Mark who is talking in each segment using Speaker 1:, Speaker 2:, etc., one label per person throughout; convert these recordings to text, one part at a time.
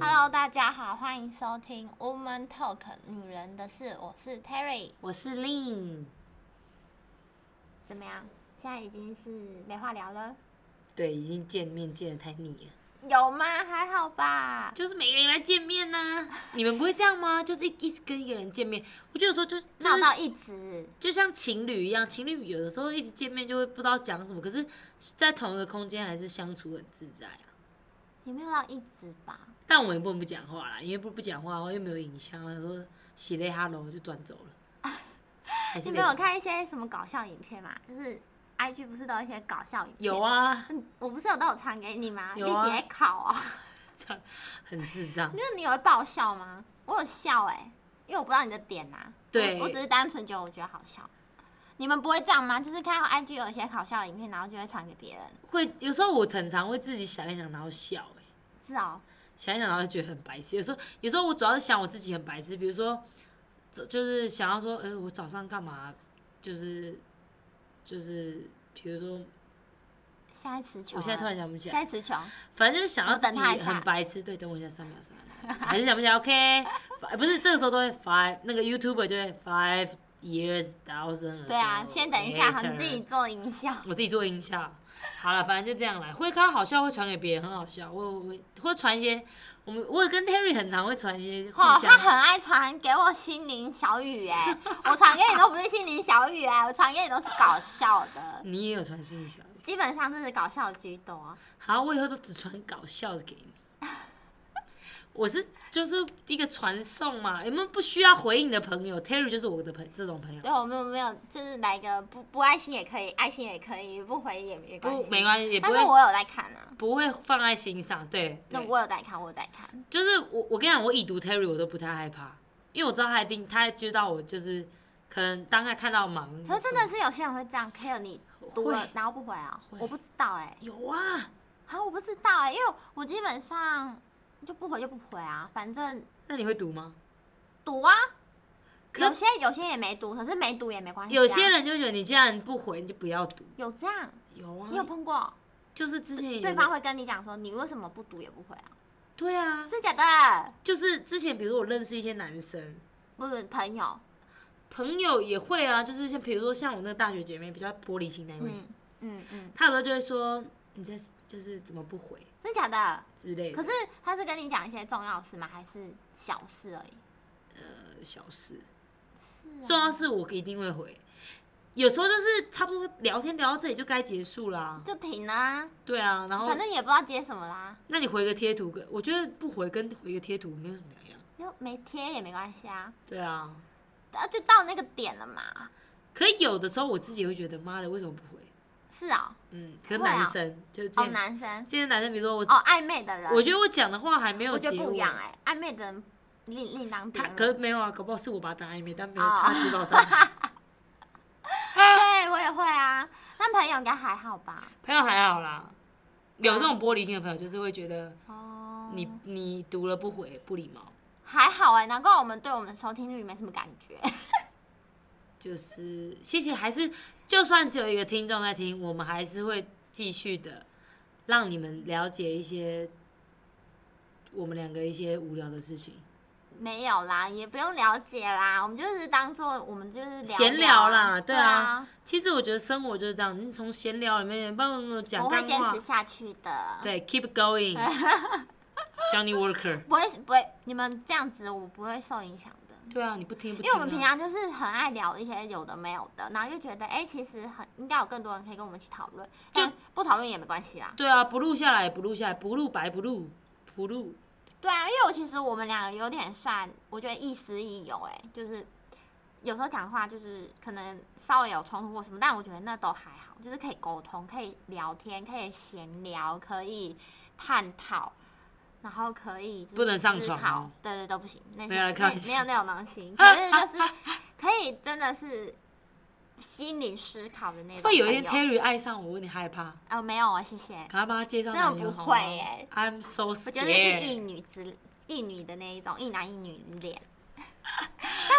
Speaker 1: Hello，大家好，欢迎收听 Woman Talk 女人的事，我是 Terry。
Speaker 2: 我是 Lin。
Speaker 1: 怎么样？现在已经是没话聊了，
Speaker 2: 对，已经见面见的太腻了，
Speaker 1: 有吗？还好吧。
Speaker 2: 就是每个礼拜见面呐、你们不会这样吗？ 就是一一直跟一个人见面，我就有时候就就
Speaker 1: 闹
Speaker 2: 是
Speaker 1: 到一直，
Speaker 2: 就像情侣一样，情侣有的时候一直见面就会不知道讲什么，可是，在同一个空间还是相处很自在啊。
Speaker 1: 也没有到一直吧。
Speaker 2: 但我们也不能不讲话啦，因为不不讲话我又没有影响，我说喜嘞哈喽就转走了。 还是
Speaker 1: 你
Speaker 2: 没
Speaker 1: 没有看一些什么搞笑影片吗？就是 IG 不是都有一些搞笑影片？
Speaker 2: 有，啊，
Speaker 1: 我不是有都有传给你吗？
Speaker 2: 有
Speaker 1: 你
Speaker 2: 啊
Speaker 1: 写考啊？
Speaker 2: 很智障
Speaker 1: 因。为你有爆笑吗？我有笑哎、因为我不知道你的点呐、啊。
Speaker 2: 对
Speaker 1: 我我只是单纯觉得我觉得好笑。你们不会这样吗？就是看到 IG 有一些搞笑的影片，然后就会传给别人，
Speaker 2: 会有时候我很常会自己想一想，然后笑、欸，
Speaker 1: 是哦。
Speaker 2: 想一想，然后就觉得很白痴。有时候，有时候我主要是想我自己很白痴，比如说，这就是想要说，哎、我早上干嘛？就是就是，比如说，
Speaker 1: 现在词穷了，
Speaker 2: 我现在突然想不起
Speaker 1: 现
Speaker 2: 来，
Speaker 1: 在词穷，
Speaker 2: 反正就是想要自己
Speaker 1: 我等他一下
Speaker 2: 很白痴。对，等我一下，三秒，三秒，还是想不起来。OK，反不是这个时候都会 five，那个 YouTuber 就会 five years thousand。
Speaker 1: 对啊，先等一下，好你自己，做营销。
Speaker 2: 我自己做音效。好了，反正就这样来。会看到好笑会传给别人，很好笑。我我会传一些，我们我跟 Terry 很常会传一些互
Speaker 1: 哦，
Speaker 2: 相。
Speaker 1: 他很爱传给我心灵小语哎、 我传给你都不是心灵小语哎、我传给你都是搞笑的，
Speaker 2: 你也有传心理小语。
Speaker 1: 基本上这是搞笑居多。
Speaker 2: 好，我以后都只传搞笑的给你。我是就是一个传送嘛，有没有不需要回应的朋友？Terry 就是我的朋这种朋友，
Speaker 1: 对，我没有没有，就是来个不不爱心也可以，爱心也可以，不回也没关
Speaker 2: 不
Speaker 1: 系，
Speaker 2: 没关系，也不
Speaker 1: 但
Speaker 2: 会
Speaker 1: 是我有在看啊，
Speaker 2: 不会放在心上。对，
Speaker 1: 那
Speaker 2: 对
Speaker 1: 我有在看，我有在看。
Speaker 2: 就是我我跟你讲，我已读 Terry 我都不太害怕，因为我知道他一定他知道我就是可能当他看到忙，
Speaker 1: 可是真的是有些人会这样 care 你读了
Speaker 2: 会
Speaker 1: 然后不回啊，
Speaker 2: 会
Speaker 1: 我不知道哎、
Speaker 2: 有啊，
Speaker 1: 啊我不知道哎、因为我基本上就不回就不回啊，反正
Speaker 2: 那你会读吗？
Speaker 1: 读啊，
Speaker 2: 可
Speaker 1: 有些有些也没读，可是没读也没关系、啊。
Speaker 2: 有些人就觉得你既然不回，你就不要读。
Speaker 1: 有这样，
Speaker 2: 有啊
Speaker 1: 你，有碰过？
Speaker 2: 就是之前有
Speaker 1: 对方会跟你讲说你为什么不读也不回啊？
Speaker 2: 对啊，
Speaker 1: 真假的？
Speaker 2: 就是之前，比如说我认识一些男生
Speaker 1: 不是朋友，
Speaker 2: 朋友也会啊，就是像比如说像我那个大学姐妹比较玻璃心那一位，
Speaker 1: 嗯嗯嗯，
Speaker 2: 她有时候就会说你在就是怎么不回
Speaker 1: 真假的？
Speaker 2: 之类
Speaker 1: 可
Speaker 2: 的
Speaker 1: 是他是跟你讲一些重要事吗？还是小事而已？
Speaker 2: 小事。
Speaker 1: 是啊
Speaker 2: 重要事我一定会回，有时候就是差不多聊天聊到这里就该结束啦。
Speaker 1: 就停了啊，
Speaker 2: 对啊，然后
Speaker 1: 反正也不知道接什么啦，
Speaker 2: 那你回个贴图跟我觉得不回跟回个贴图没有什么两样。
Speaker 1: 就没贴也没关系啊，
Speaker 2: 对啊，
Speaker 1: 啊就到那个点了嘛。
Speaker 2: 可有的时候我自己会觉得妈的为什么不回？
Speaker 1: 是啊、
Speaker 2: 嗯，可是
Speaker 1: 会啊
Speaker 2: 男生、就是这
Speaker 1: 哦，
Speaker 2: 样，
Speaker 1: 男生
Speaker 2: 这些男生比如说我，
Speaker 1: 哦，暧昧的人，
Speaker 2: 我觉得我讲的话还没有
Speaker 1: 我
Speaker 2: 结
Speaker 1: 觉
Speaker 2: 尾
Speaker 1: 得。不一样哎、暧昧的人另另当别
Speaker 2: 他
Speaker 1: 论。
Speaker 2: 可没有啊，搞不好是我把他当暧昧，但没有
Speaker 1: 哦
Speaker 2: 他知道 他。
Speaker 1: 对我也会啊，但朋友应该还好吧？
Speaker 2: 朋友还好啦，
Speaker 1: 嗯
Speaker 2: 有这种玻璃心的朋友，就是会觉得
Speaker 1: 哦，
Speaker 2: 你你读了不回不礼貌，
Speaker 1: 还好哎、难怪我们对我们收听率没什么感觉。
Speaker 2: 就是谢谢，还是就算只有一个听众在听，我们还是会继续的让你们了解一些我们两个一些无聊的事情，
Speaker 1: 没有啦，也不用了解啦，我们就是当做我们就是聊
Speaker 2: 闲
Speaker 1: 聊啊
Speaker 2: 聊啦，
Speaker 1: 对
Speaker 2: 对啊。其实我觉得生活就是这样，你从闲聊里面帮我们讲
Speaker 1: 啊我会
Speaker 2: 干
Speaker 1: 坚
Speaker 2: 话
Speaker 1: 持，下去的。
Speaker 2: 对，keep going，Johnny Walker。
Speaker 1: 不会不会，你们这样子我不会受影响的，
Speaker 2: 对啊，你不听不
Speaker 1: 因
Speaker 2: 听、
Speaker 1: 为
Speaker 2: 啊。
Speaker 1: 我们平常就是很爱聊一些有的没有的，然后又觉得哎、诶其实很应该有更多人可以跟我们一起讨论，但不讨论也没关系啦。
Speaker 2: 对啊，不录下来，不录下来，不录白不录，不录。
Speaker 1: 对啊，因为我其实我们两个有点算，我觉得亦师亦友，哎，就是有时候讲话就是可能稍微有冲突或什么，但我觉得那都还好，就是可以沟通，可以聊天，可以闲聊，可以探讨。然后可以就是
Speaker 2: 不能上
Speaker 1: 思
Speaker 2: 床
Speaker 1: 考
Speaker 2: 哦
Speaker 1: 对对都不行，那些
Speaker 2: 没有啦开玩
Speaker 1: 没
Speaker 2: 笑
Speaker 1: 没有那种东 西，可是就是可以真的是心灵思考的那种朋友。
Speaker 2: 会有一天
Speaker 1: 哎
Speaker 2: Terry 爱上我，我有点害怕，
Speaker 1: 哦，没有啊，谢谢。
Speaker 2: 赶快帮他介绍
Speaker 1: 真的
Speaker 2: 男友
Speaker 1: 不
Speaker 2: 好吗
Speaker 1: 会耶
Speaker 2: ？I'm so
Speaker 1: 我觉得是
Speaker 2: scared。
Speaker 1: 一女之一女的那一种，一男一女脸。 但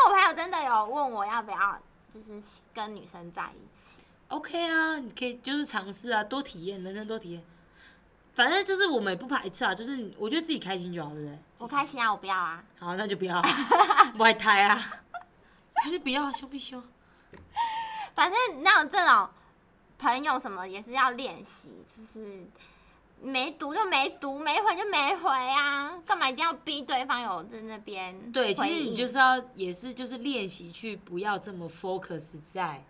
Speaker 1: 我朋友真的有问我要不要，就是跟女生在一起。
Speaker 2: OK 啊，你可以就是尝试啊，多体验，人生多体验。反正就是我们也不排斥啊，就是我觉得自己开心就好，对不对？
Speaker 1: 我开心啊，我不要啊，
Speaker 2: 好，那就不要，外胎 啊，那就不要，凶不凶？
Speaker 1: 反正那种这种朋友什么也是要练习，就是没读就没读，没回就没回啊，干嘛一定要逼对方有在那边
Speaker 2: 对，其
Speaker 1: 回
Speaker 2: 实你
Speaker 1: 应
Speaker 2: 就是要也是就是练习去不要这么 focus 在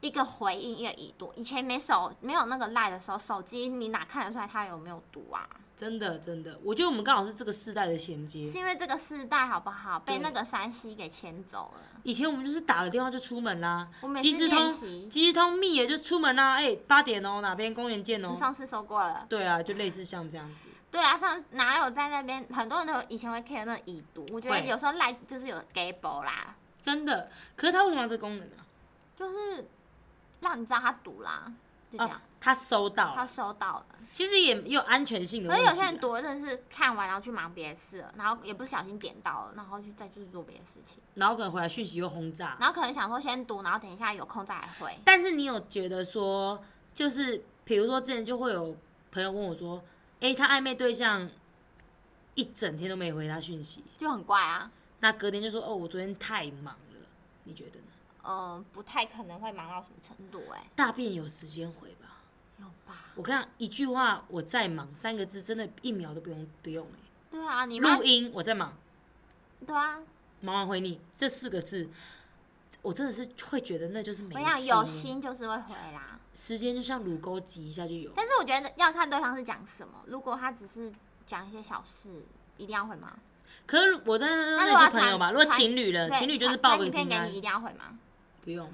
Speaker 1: 一个回应一个已读。以前没手没有那个赖的时候，手机你哪看得出来他有没有读啊？
Speaker 2: 真的真的，我觉得我们刚好是这个世代的衔接
Speaker 1: 是。因为这个世代好不好被
Speaker 2: 对
Speaker 1: 那个山西给牵走了？
Speaker 2: 以前我们就是打了电话就出门啦、
Speaker 1: 我每
Speaker 2: 即
Speaker 1: 次
Speaker 2: 时
Speaker 1: 练
Speaker 2: 通
Speaker 1: 习，
Speaker 2: 即时通密也就出门啦、哎、八点哦、哪边公园见哦
Speaker 1: 你、上次说过了。
Speaker 2: 对啊，就类似像这样子。
Speaker 1: 对啊，上哪有在那边？很多人都以前会 care 那个已读，我觉得
Speaker 2: 会
Speaker 1: 有时候赖就是有 g a b l 啦，
Speaker 2: 真的，可是他为什么要这功能啊呢、
Speaker 1: 就是让你知道他读啦，就这
Speaker 2: 啊？
Speaker 1: 样，
Speaker 2: 他收到
Speaker 1: 他
Speaker 2: 了，
Speaker 1: 收到了。
Speaker 2: 其实也也有安全性的
Speaker 1: 可
Speaker 2: 问
Speaker 1: 是
Speaker 2: 题
Speaker 1: 有
Speaker 2: 啊。
Speaker 1: 些人读的真的是看完然后去忙别的事了，然后也不小心点到了，然后就再去做别的事情，
Speaker 2: 然后可能回来讯息又轰炸。
Speaker 1: 然后可能想说先读，然后等一下有空再来回。
Speaker 2: 但是你有觉得说，就是比如说之前就会有朋友问我说，诶，他暧昧对象一整天都没回他讯息，
Speaker 1: 就很怪啊。
Speaker 2: 那隔天就说，哦，我昨天太忙了，你觉得呢？
Speaker 1: 嗯、不太可能会忙到什么程度、哎，
Speaker 2: 大便有时间回吧？
Speaker 1: 有吧？
Speaker 2: 我看一句话，我在忙，三个字真的，一秒都不用不用、欸、
Speaker 1: 对啊，你妈
Speaker 2: 录音我在忙，
Speaker 1: 对啊，
Speaker 2: 忙完回你这四个字，我真的是会觉得那就是没
Speaker 1: 我想有
Speaker 2: 心欸，
Speaker 1: 心就是会回啦。
Speaker 2: 时间就像乳沟挤一下就有了。
Speaker 1: 但是我觉得要看对方是讲什么，如果他只是讲一些小事，一定要回吗？
Speaker 2: 可是我在
Speaker 1: 那
Speaker 2: 那
Speaker 1: 如果
Speaker 2: 那
Speaker 1: 要
Speaker 2: 是朋友嘛，
Speaker 1: 传
Speaker 2: 如果
Speaker 1: 传
Speaker 2: 情侣了，
Speaker 1: 对
Speaker 2: 呃情侣就是
Speaker 1: 传
Speaker 2: 报
Speaker 1: 传
Speaker 2: 个
Speaker 1: 影片
Speaker 2: 平
Speaker 1: 给
Speaker 2: 安
Speaker 1: 你，一定要回吗？
Speaker 2: 不用。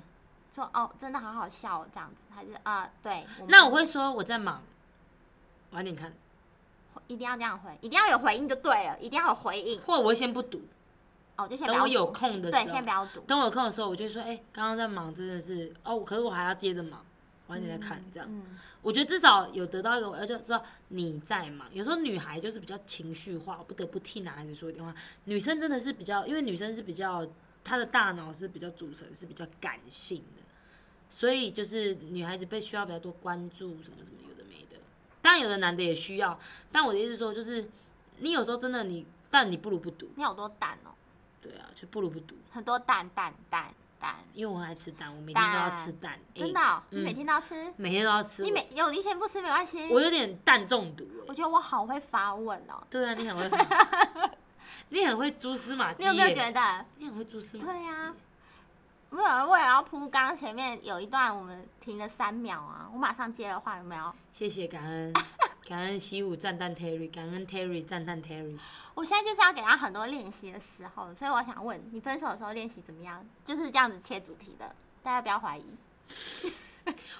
Speaker 1: 说哦，真的好好笑、哦，这样子，还是啊、对，们
Speaker 2: 那我会说我在忙，晚点看，
Speaker 1: 一定要这样回，一定要有回应就对了，一定要有回应。
Speaker 2: 或我会先不读，
Speaker 1: 哦，就先不
Speaker 2: 等
Speaker 1: 要
Speaker 2: 我有
Speaker 1: 读
Speaker 2: 空的
Speaker 1: 对，
Speaker 2: 时候
Speaker 1: 先不要读。
Speaker 2: 等我有空的时候，我就会说，哎、刚刚在忙，真的是哦，可是我还要接着忙，晚点再看，这样。
Speaker 1: 嗯，
Speaker 2: 我觉得至少有得到一个，我就知道你在忙。有时候女孩就是比较情绪化，我不得不替男孩子说点话。女生真的是比较，因为女生是比较，她的大脑是比较组成是比较感性的，所以就是女孩子被需要比较多关注，什么什么有的没的。当然有的男的也需要，但我的意思是说，就是你有时候真的你，但你不如不读，
Speaker 1: 你有多蛋哦，
Speaker 2: 对啊，就不如不读。
Speaker 1: 很多蛋蛋蛋蛋，
Speaker 2: 因为我很爱吃蛋，我每天都要吃蛋，
Speaker 1: 真
Speaker 2: 欸
Speaker 1: 的哦、你
Speaker 2: 嗯
Speaker 1: 每天都要吃，
Speaker 2: 每天都要吃。
Speaker 1: 你每有一天不吃没关系。
Speaker 2: 我我有点蛋中毒、欸
Speaker 1: 我觉得我好会发问哦，
Speaker 2: 对啊，你很会， 你很会蛛丝马迹
Speaker 1: 你
Speaker 2: 耶。
Speaker 1: 有没有觉得？
Speaker 2: 你很会蛛丝马迹？
Speaker 1: 对啊，没有人为了要铺刚刚前面有一段我们停了三秒啊，我马上接了话，有没有？
Speaker 2: 谢谢感恩， 感恩习武赞叹 Terry，感恩 Terry 赞叹 Terry。
Speaker 1: 我现在就是要给他很多练习的时候，所以我想问你分手的时候练习怎么样？就是这样子切主题的，大家不要怀疑。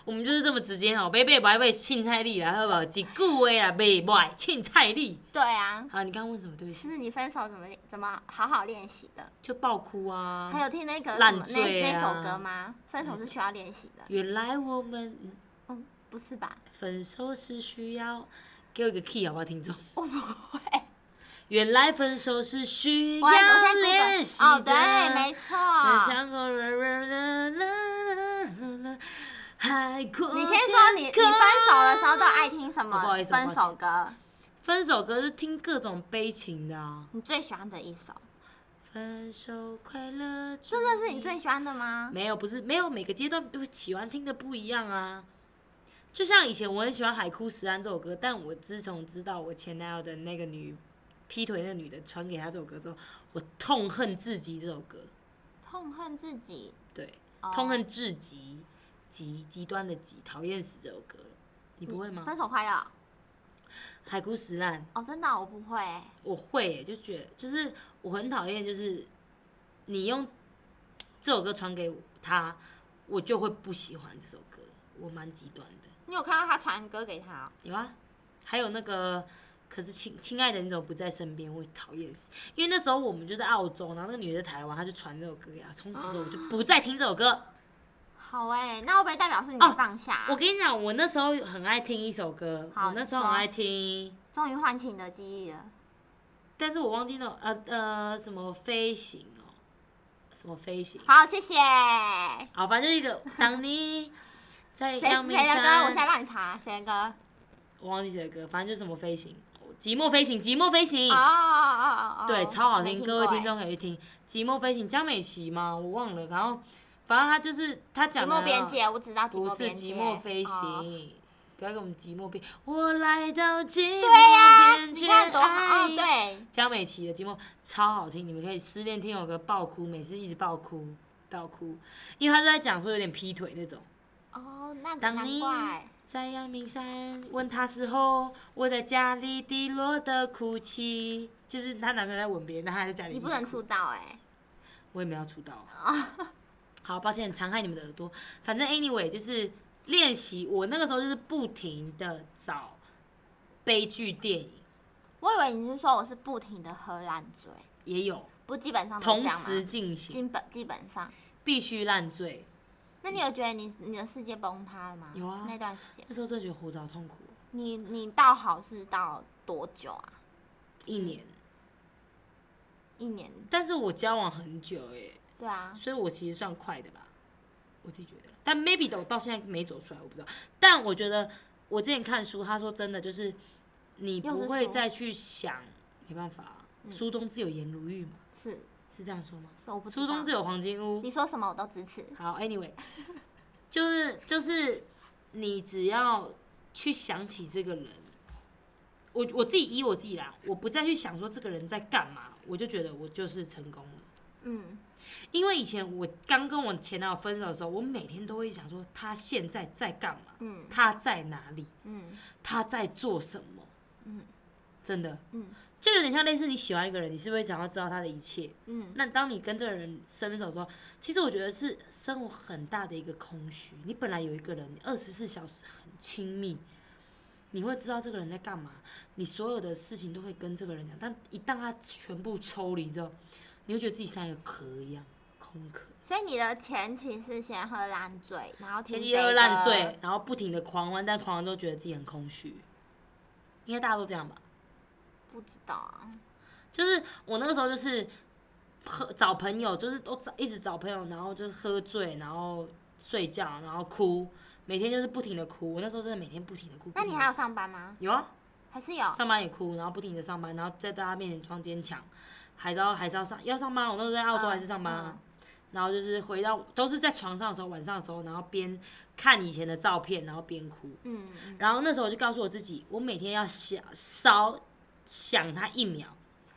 Speaker 2: 我们就是这么直接哦，白白白白凊彩你啦，好不好？一句话啦，白白凊彩你。
Speaker 1: 对啊，
Speaker 2: 好，你刚刚问什么？对不
Speaker 1: 就
Speaker 2: 起，
Speaker 1: 是你分手怎么练怎么好好练习的？
Speaker 2: 就爆哭啊
Speaker 1: 还。有听那个什
Speaker 2: 烂
Speaker 1: 么
Speaker 2: 醉
Speaker 1: 那那
Speaker 2: 啊
Speaker 1: 首歌吗？分手是需要练习的，
Speaker 2: 原来我们嗯
Speaker 1: 嗯，不是 吧？
Speaker 2: 分手是需要，给我一个 key 好不好，听众？
Speaker 1: 我不会，
Speaker 2: 原来分手是需
Speaker 1: 我我
Speaker 2: 要
Speaker 1: 先
Speaker 2: 练习
Speaker 1: Google
Speaker 2: 的。
Speaker 1: 哦，对，没错。
Speaker 2: 很想说啦啦啦啦啦啦，海阔
Speaker 1: 你先说你你分
Speaker 2: 天空
Speaker 1: 手的时候都爱听什
Speaker 2: 哦不好意
Speaker 1: 么
Speaker 2: 思不好意
Speaker 1: 分
Speaker 2: 思
Speaker 1: 手歌？
Speaker 2: 分手歌是听各种悲情的啊，
Speaker 1: 你最喜欢的一首，
Speaker 2: 分手快乐，
Speaker 1: 这
Speaker 2: 真
Speaker 1: 个是你最喜欢的吗？
Speaker 2: 没有不是没有每个阶段都会喜欢听的不一样啊。就像以前我很喜欢《海枯石烂》这首歌，但我自从知道我前男友的那个女劈腿那个女的传给他这首歌之后，我痛恨至极这首歌，
Speaker 1: 痛恨自己，
Speaker 2: 对，
Speaker 1: 哦
Speaker 2: 痛恨至极，极极端的极，讨厌死这首歌了。你不会吗？
Speaker 1: 分手快乐
Speaker 2: 海枯石烂，
Speaker 1: 哦，真的哦我不会欸，
Speaker 2: 我会、欸，就觉得就是我很讨厌，就是你用这首歌传给他，我就会不喜欢这首歌，我蛮极端的，
Speaker 1: 你有看到他传歌给他哦？
Speaker 2: 有啊，还有那个。可是亲亲爱的，你怎么不在身边？我讨厌死！因为那时候我们就在澳洲，然后那个女的在台湾，她就传这首歌给她，从此之后我就不再听这首歌。
Speaker 1: 好哎，那会不会代表是你
Speaker 2: 哦
Speaker 1: 放下啊？
Speaker 2: 我跟你讲，我那时候很爱听一首歌，
Speaker 1: 好
Speaker 2: 我那时候
Speaker 1: 你说
Speaker 2: 很爱听，
Speaker 1: 终于唤起你的记忆了，
Speaker 2: 但是我忘记那呃呃什么飞行哦，什么飞行，
Speaker 1: 好，谢谢。
Speaker 2: 好，反正就一个当你在
Speaker 1: 谁
Speaker 2: 阳
Speaker 1: 谁
Speaker 2: 明
Speaker 1: 的歌？我
Speaker 2: 山
Speaker 1: 现在帮你查谁的歌？
Speaker 2: 我忘记这个歌，反正就是什么飞行，寂寞飞行，寂寞飞行，
Speaker 1: 哦哦哦哦，
Speaker 2: 哎对，超好听，
Speaker 1: 没
Speaker 2: 各位
Speaker 1: 过
Speaker 2: 听
Speaker 1: 欸
Speaker 2: 众可以去听《寂寞飞行》，江美琪吗？我忘了，然后反正他就是他
Speaker 1: 寂
Speaker 2: 讲的啊
Speaker 1: 寞边界，我只知道寂
Speaker 2: 不
Speaker 1: 寞
Speaker 2: 是
Speaker 1: 边界
Speaker 2: 寂寞飞行。
Speaker 1: 哦
Speaker 2: 不要给我们寂寞边，我来到寂
Speaker 1: 对呀、
Speaker 2: 寞边
Speaker 1: 你
Speaker 2: 界、
Speaker 1: 看多好哦，
Speaker 2: 爱
Speaker 1: 对，
Speaker 2: 江美琪的《寂寞》超好听，你们可以失恋听有歌爆哭，每次一直爆哭爆哭，因为他就在讲说有点劈腿那种。
Speaker 1: 哦，那个
Speaker 2: 当
Speaker 1: 难
Speaker 2: 你
Speaker 1: 怪，
Speaker 2: 在阳明山吻她时候，我在家里低落的哭泣。就是她男朋友在吻别人，但她还在家里一
Speaker 1: 你
Speaker 2: 直哭。
Speaker 1: 不能出道哎、
Speaker 2: 我也没有出道。好，抱歉，残害你们的耳朵。反正 anyway 就是练习，我那个时候就是不停的找悲剧电影，
Speaker 1: 我以为你是说我是不停的喝烂醉，
Speaker 2: 也有
Speaker 1: 不基本上都哦这
Speaker 2: 同
Speaker 1: 样吗
Speaker 2: 时进行，
Speaker 1: 基本基本上，
Speaker 2: 必须烂醉。
Speaker 1: 那你有觉得你你的世界崩塌了吗？
Speaker 2: 有啊
Speaker 1: 那段时间，
Speaker 2: 那时候真的觉得活着好痛苦哦，
Speaker 1: 你你到好是到多久啊？
Speaker 2: 一年。
Speaker 1: 一年？
Speaker 2: 但是我交往很久哎、
Speaker 1: 对啊，
Speaker 2: 所以我其实算快的吧，我自己觉得。但 maybe 我到现在没走出来，我不知道。但我觉得我之前看书，他说真的就是你
Speaker 1: 又是
Speaker 2: 不会
Speaker 1: 书
Speaker 2: 再去想，没办法啊、
Speaker 1: 嗯
Speaker 2: 书中自有颜如玉嘛，
Speaker 1: 是
Speaker 2: 是这样说吗？
Speaker 1: 是我不知
Speaker 2: 书中
Speaker 1: 道
Speaker 2: 自有黄金屋。
Speaker 1: 你说什么我都支持。
Speaker 2: 好，anyway，就是就是你只要去想起这个人，我我自己依我自己啦，我不再去想说这个人在干嘛，我就觉得我就是成功了。
Speaker 1: 嗯，
Speaker 2: 因为以前我刚跟我前男友分手的时候，我每天都会想说他现在在干嘛，
Speaker 1: 嗯
Speaker 2: 他在哪里，
Speaker 1: 嗯
Speaker 2: 他在做什么，
Speaker 1: 嗯
Speaker 2: 真的
Speaker 1: 嗯
Speaker 2: 就有点像类似你喜欢一个人，你是不是想要知道他的一切？
Speaker 1: 嗯，
Speaker 2: 那当你跟这个人分手之后，其实我觉得是生活很大的一个空虚。你本来有一个人，二十四小时很亲密，你会知道这个人在干嘛，你所有的事情都会跟这个人讲。但一旦他全部抽离之后，你会觉得自己像一个壳一样空壳。
Speaker 1: 所以你的前提是先喝烂醉，然后听
Speaker 2: 天气
Speaker 1: 悲
Speaker 2: 热烂
Speaker 1: 歌
Speaker 2: 醉，，然后不停的狂欢，但狂欢之后觉得自己很空虚，应该大家都这样吧？
Speaker 1: 不知道啊。
Speaker 2: 就是我那个时候就是喝找朋友，就是都找一直找朋友，然后就是喝醉，然后睡觉，然后哭，每天就是不停的哭。我那时候真的每天不停的哭。
Speaker 1: 那你
Speaker 2: 不停地
Speaker 1: 还有哦上班吗？
Speaker 2: 有啊？
Speaker 1: 还是有？
Speaker 2: 上班也哭，然后不停的上班，然后在大家面前装坚强，还是要还是要上要上班。我那时候在澳洲还是上班啊、
Speaker 1: 嗯
Speaker 2: 然后就是回到都是在床上的时候，晚上的时候，然后边看以前的照片，然后边哭。
Speaker 1: 嗯嗯，
Speaker 2: 然后那时候我就告诉我自己，我每天要想稍想他一秒，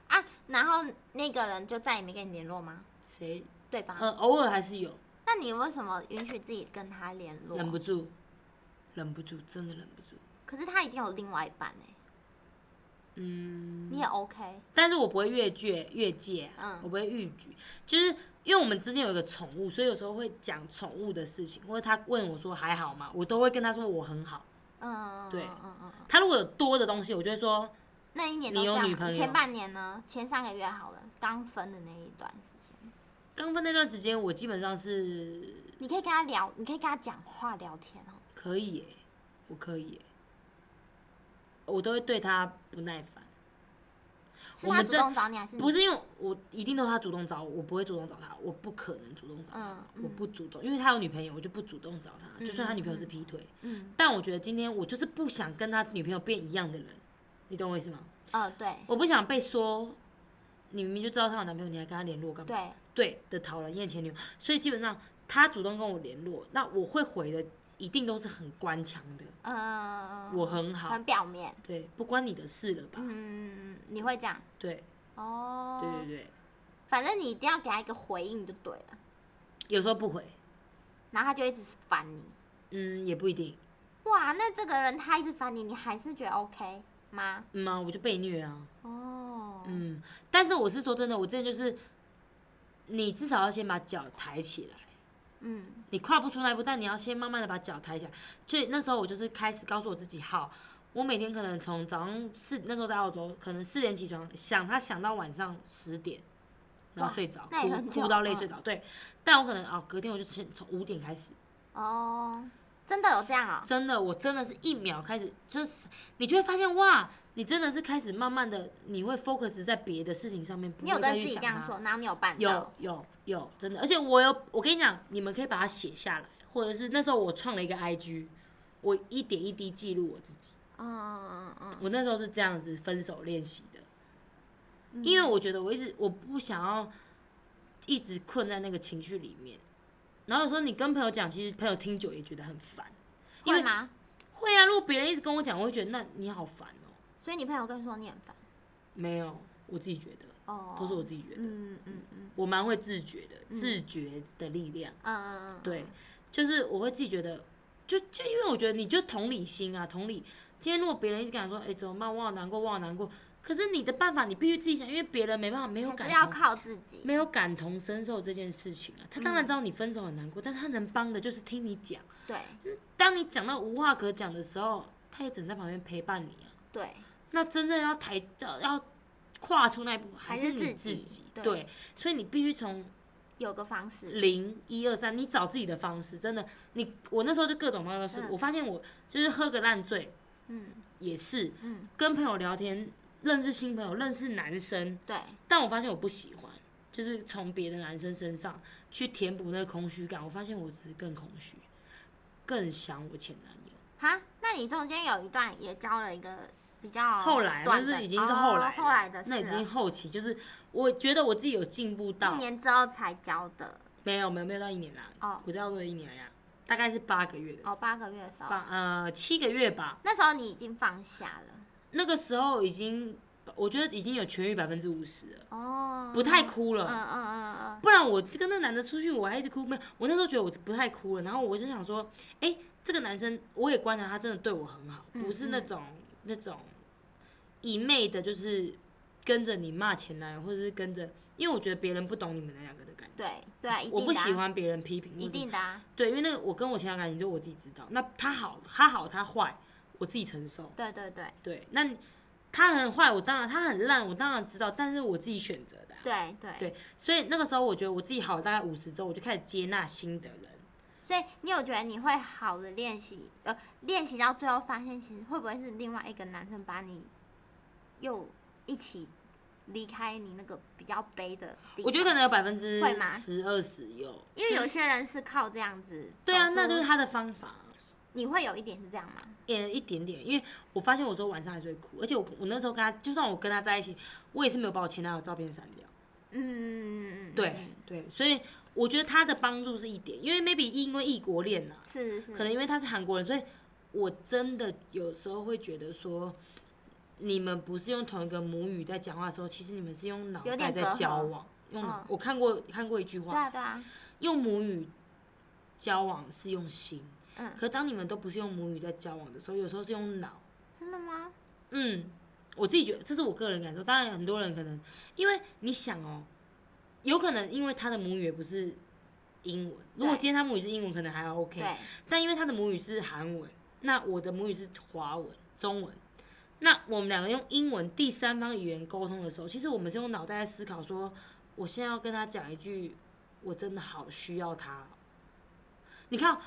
Speaker 1: 啊，然后那个人就再也没跟你联络吗？
Speaker 2: 谁？
Speaker 1: 对方？
Speaker 2: 呃，偶尔还是有，
Speaker 1: 那你为什么允许自己跟他联络？
Speaker 2: 忍不住，忍不住，真的忍不住。
Speaker 1: 可是他已经有另外一半哎、
Speaker 2: 嗯，
Speaker 1: 你也 OK？
Speaker 2: 但是我不会越界，越界啊、
Speaker 1: 嗯
Speaker 2: 我不会逾矩，就是因为我们之间有一个宠物，所以有时候会讲宠物的事情，或者他问我说还好吗，我都会跟他说我很好。
Speaker 1: 嗯，
Speaker 2: 对
Speaker 1: 嗯嗯嗯嗯。
Speaker 2: 他如果有多的东西，我就会说
Speaker 1: 那一年
Speaker 2: 你
Speaker 1: 都
Speaker 2: 有
Speaker 1: 这样
Speaker 2: 女
Speaker 1: 吗
Speaker 2: 朋友
Speaker 1: 前半年呢？前三个月好了，刚分的那一段时间，
Speaker 2: 刚分那段时间，我基本上是
Speaker 1: 你可以跟他聊，你可以跟他讲话聊天哦。
Speaker 2: 可以耶、我可以耶、我都会对他不耐烦。
Speaker 1: 是
Speaker 2: 我
Speaker 1: 他
Speaker 2: 们
Speaker 1: 主
Speaker 2: 这
Speaker 1: 动找你还是你
Speaker 2: 不？是因为我一定都是他主动找我，我不会主动找他，我不可能主动找他，
Speaker 1: 嗯嗯
Speaker 2: 我不主动，因为他有女朋友，我就不主动找他。就算他女朋友是劈腿，
Speaker 1: 嗯
Speaker 2: 但我觉得今天我就是不想跟他女朋友变一样的人，你懂我意思吗？
Speaker 1: 呃，对
Speaker 2: 我不想被说你明明就知道他有男朋友，你还跟他联络干嘛？
Speaker 1: 对，
Speaker 2: 对的，讨人厌前女友，所以基本上他主动跟我联络，那我会回的一定都是很官腔的，
Speaker 1: 嗯、
Speaker 2: 我很好，
Speaker 1: 很表面，
Speaker 2: 对，不关你的事了吧？
Speaker 1: 嗯，你会这样
Speaker 2: 对，
Speaker 1: 哦。
Speaker 2: 对对对，
Speaker 1: 反正你一定要给他一个回应就对了，
Speaker 2: 有时候不回，
Speaker 1: 然后他就一直烦你。
Speaker 2: 嗯，也不一定。
Speaker 1: 哇，那这个人他一直烦你，你还是觉得 OK 吗？
Speaker 2: 嗯啊，我就被虐啊。
Speaker 1: 哦，
Speaker 2: 嗯，但是我是说真的，我之前就是，你至少要先把脚抬起来，
Speaker 1: 嗯
Speaker 2: 你跨不出那一步，但你要先慢慢的把脚抬起来。所以那时候我就是开始告诉我自己，好，我每天可能从早上四，那时候在澳洲，可能四点起床，想他想到晚上十点，然后
Speaker 1: 哇
Speaker 2: 睡着，
Speaker 1: 那也
Speaker 2: 哭
Speaker 1: 很久
Speaker 2: 哭到累睡着。对，但我可能啊，隔天我就从从五点开始，
Speaker 1: 哦，真的有这样哦，
Speaker 2: 真的，我真的是一秒开始，就是你就会发现哇，你真的是开始慢慢的，你会 focus 在别的事情上面，不
Speaker 1: 你有
Speaker 2: 会再
Speaker 1: 跟
Speaker 2: 去
Speaker 1: 自己这
Speaker 2: 想
Speaker 1: 样
Speaker 2: 它
Speaker 1: 说，然后你有办
Speaker 2: 嗯有
Speaker 1: 到，
Speaker 2: 有有，真的，而且我有，我跟你讲，你们可以把它写下来，或者是那时候我创了一个 IG，我一点一滴记录我自己，
Speaker 1: 嗯嗯嗯嗯嗯
Speaker 2: 我那时候是这样子分手练习的，
Speaker 1: 嗯
Speaker 2: 因为我觉得我一直我不想要一直困在那个情绪里面。然后有时候你跟朋友讲，其实朋友听久也觉得很烦。
Speaker 1: 嗯，
Speaker 2: 因为
Speaker 1: 会吗？
Speaker 2: 会啊，如果别人一直跟我讲，我会觉得那你好烦哦、
Speaker 1: 所以你朋友跟你说你很烦
Speaker 2: 没有，我自己觉得，
Speaker 1: 哦，
Speaker 2: 都是我自己觉得，
Speaker 1: 嗯嗯嗯
Speaker 2: 我蛮会自觉的，
Speaker 1: 嗯
Speaker 2: 自觉的力量。
Speaker 1: 嗯嗯，嗯
Speaker 2: 对，就是我会自己觉得，就就因为我觉得你就同理心啊，同理。今天如果别人一直跟你说，哎、怎么办？我好难过，我好难过。可是你的办法，你必须自己想，因为别人没办法，没有
Speaker 1: 还
Speaker 2: 感
Speaker 1: 是要
Speaker 2: 同，
Speaker 1: 靠自己。
Speaker 2: 没有感同身受这件事情啊。他当
Speaker 1: 嗯
Speaker 2: 然知道你分手很难过，但他能帮的就是听你讲。
Speaker 1: 对
Speaker 2: 当你讲到无话可讲的时候，他也只能在旁边陪伴你啊。
Speaker 1: 对，
Speaker 2: 那真正要抬要要跨出那一步，还
Speaker 1: 是
Speaker 2: 是你
Speaker 1: 自己
Speaker 2: 己。
Speaker 1: 对
Speaker 2: 对，所以你必须从
Speaker 1: 有个方式。
Speaker 2: 零一二三，你找自己的方式。真的，你我那时候就各种方式都试。
Speaker 1: 嗯
Speaker 2: 我发现我就是喝个烂醉
Speaker 1: 嗯
Speaker 2: 也是，
Speaker 1: 嗯，
Speaker 2: 跟朋友聊天，认识新朋友，认识男生，
Speaker 1: 对，
Speaker 2: 但我发现我不喜欢，就是从别的男生身上去填补那个空虚感。我发现我只是更空虚，更想我前男友。
Speaker 1: 哈，那你中间有一段也交了一个比较
Speaker 2: 后来
Speaker 1: 短
Speaker 2: 那是
Speaker 1: 的
Speaker 2: 已经是后来
Speaker 1: 哦后来的事
Speaker 2: 那已经
Speaker 1: 了
Speaker 2: 后期，就是我觉得我自己有进步
Speaker 1: 一
Speaker 2: 到，
Speaker 1: 年之后才交的
Speaker 2: 没有没有没有到一年啦，
Speaker 1: 哦
Speaker 2: 我差不多一年呀，大概是八个月的时
Speaker 1: 哦，
Speaker 2: 候，
Speaker 1: 八个月的时候，
Speaker 2: 八呃七个月吧。
Speaker 1: 那时候你已经放下了
Speaker 2: 那个时候已经，我觉得已经有痊愈百分之五十了，
Speaker 1: 哦，
Speaker 2: 不太哭
Speaker 1: 嗯
Speaker 2: 了。
Speaker 1: 嗯嗯嗯
Speaker 2: 不然我跟那男的出去，我还一直哭。没有，我那时候觉得我不太哭了，然后我就想说，哎、这个男生我也观察他真的对我很好，
Speaker 1: 嗯
Speaker 2: 不是那种、那种一昧的，就是跟着你骂前男友，或者是跟着，因为我觉得别人不懂你们两个的感
Speaker 1: 嗯，
Speaker 2: 情。
Speaker 1: 对对，一
Speaker 2: 我
Speaker 1: 定
Speaker 2: 不
Speaker 1: 的啊
Speaker 2: 喜，欢别人批评，
Speaker 1: 一
Speaker 2: 或是
Speaker 1: 定的啊，
Speaker 2: 对，因为那个我跟我前男友感情就我自己知道，那他好，他好，他坏，我自己承受。
Speaker 1: 对对对
Speaker 2: 对，那你他很坏，我当然他很烂，我当然知道，但是我自己选择的啊、
Speaker 1: 对对
Speaker 2: 对所以那个时候我觉得我自己好，大概五十之后，我就开始接纳新的人。
Speaker 1: 所以你有觉得你会好的练习，呃，练习到最后发现，其实会不会是另外一个男生把你又一起离开你那个比较悲的地方？
Speaker 2: 我觉得可能有百分之
Speaker 1: 会吗
Speaker 2: 十二十有，
Speaker 1: 因为
Speaker 2: 就
Speaker 1: 有
Speaker 2: 是
Speaker 1: 些人是靠这样子走出，
Speaker 2: 对啊，那就是他的方法，
Speaker 1: 你会有一点是这样吗？
Speaker 2: 也一点点。因为我发现我说晚上还是会哭，而且我我那时候跟他，就算我跟他在一起，我也是没有把我前男友的照片删掉。
Speaker 1: 嗯，
Speaker 2: 对对，所以我觉得他的帮助是一点，因为 maybe 因为异国恋啊呐、
Speaker 1: 是是，
Speaker 2: 可能因为他是韩国人，所以我真的有时候会觉得说，你们不是用同一个母语在讲话的时候，其实你们是用脑
Speaker 1: 有
Speaker 2: 袋
Speaker 1: 点
Speaker 2: 在
Speaker 1: 隔阂
Speaker 2: 交往。用脑，
Speaker 1: 嗯
Speaker 2: 我看过看过一句
Speaker 1: 对
Speaker 2: 话，
Speaker 1: 啊对啊，
Speaker 2: 用母语交往是用心，
Speaker 1: 嗯，
Speaker 2: 可当你们都不是用母语在交往的时候，有时候是用脑。
Speaker 1: 真的吗？
Speaker 2: 嗯，我自己觉得这是我个人感受，当然很多人可能因为你想哦，有可能因为他的母语也不是英文，如果
Speaker 1: 对
Speaker 2: 今天他母语是英文，可能还 OK，
Speaker 1: 对，
Speaker 2: 但因为他的母语是韩文，那我的母语是华文、中文。那我们两个用英文第三方语言沟通的时候，其实我们是用脑袋在思考说我现在要跟他讲一句，我真的好需要他哦。你看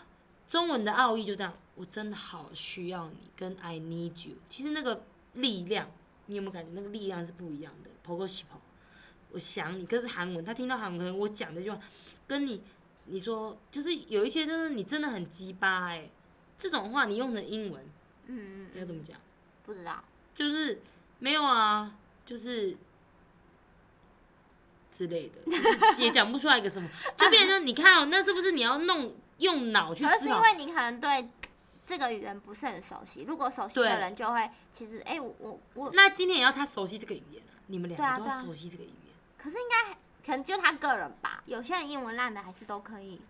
Speaker 2: 中文的奥义就这样，我真的好需要你，跟 I need you，其实那个力量，你有没有感觉那个力量是不一样的？跑过起跑，我想你。可是韩文，他听到韩文，可能我讲这句话，跟你你说，就是有一些就是你真的很鸡巴哎，这种话你用成英文
Speaker 1: 嗯嗯
Speaker 2: 要
Speaker 1: 嗯，
Speaker 2: 怎么讲？
Speaker 1: 不知道，
Speaker 2: 就是没有啊，就是之类的，就是也讲不出来一个什么，就变成你看哦、那是不是你要弄用脑去
Speaker 1: 可是
Speaker 2: 思
Speaker 1: 是因
Speaker 2: 考？
Speaker 1: 为你可能对这个语言不是很熟悉，如果熟悉
Speaker 2: 对
Speaker 1: 的人就会，其实哎、我我我，
Speaker 2: 那今天也要他熟悉这个语言啊，你们
Speaker 1: 对
Speaker 2: 两
Speaker 1: 啊
Speaker 2: 个都要
Speaker 1: 对啊
Speaker 2: 熟悉这个语言。
Speaker 1: 可是应该可能就他个人吧，有些人英文烂的还是都可以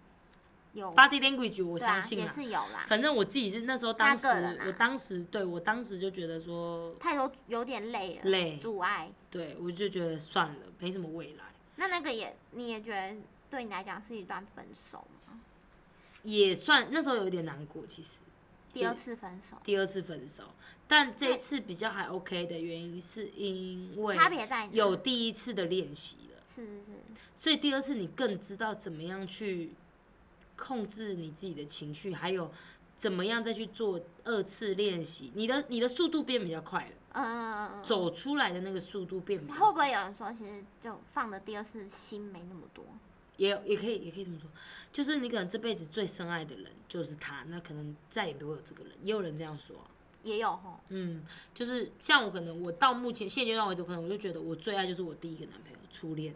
Speaker 1: 有，
Speaker 2: Body language 我
Speaker 1: 对
Speaker 2: 相
Speaker 1: 啊，
Speaker 2: 信
Speaker 1: 也
Speaker 2: 啦，
Speaker 1: 是有啦，
Speaker 2: 反正我自己是那时候当时
Speaker 1: 那个人啊，
Speaker 2: 我当时对我当时就觉得说
Speaker 1: 太多有点累了，
Speaker 2: 累，
Speaker 1: 阻碍。
Speaker 2: 对我就觉得算了，没什么未来。
Speaker 1: 那那个也你也觉得对你来讲是一段分手吗？
Speaker 2: 也算那时候有点难过，其实
Speaker 1: 第二次分手，
Speaker 2: 第二次分手，但这一次比较还 OK 的原因是因为
Speaker 1: 差别在哪
Speaker 2: 有第一次的练习了，
Speaker 1: 是是是，
Speaker 2: 所以第二次你更知道怎么样去控制你自己的情绪，还有怎么样再去做二次练习，你的你的速度变比较快了，
Speaker 1: 嗯嗯嗯嗯
Speaker 2: 走出来的那个速度变比
Speaker 1: 嗯。
Speaker 2: 较
Speaker 1: 会
Speaker 2: 快
Speaker 1: 不会有人说，其实就放的第二次心没那么多？
Speaker 2: 也也可以也可以这么说，就是你可能这辈子最深爱的人就是他，那可能再也不会有这个人，也有人这样说啊、
Speaker 1: 也有吼，
Speaker 2: 嗯，就是像我可能我到目前现阶段为止，可能我就觉得我最爱就是我第一个男朋友初恋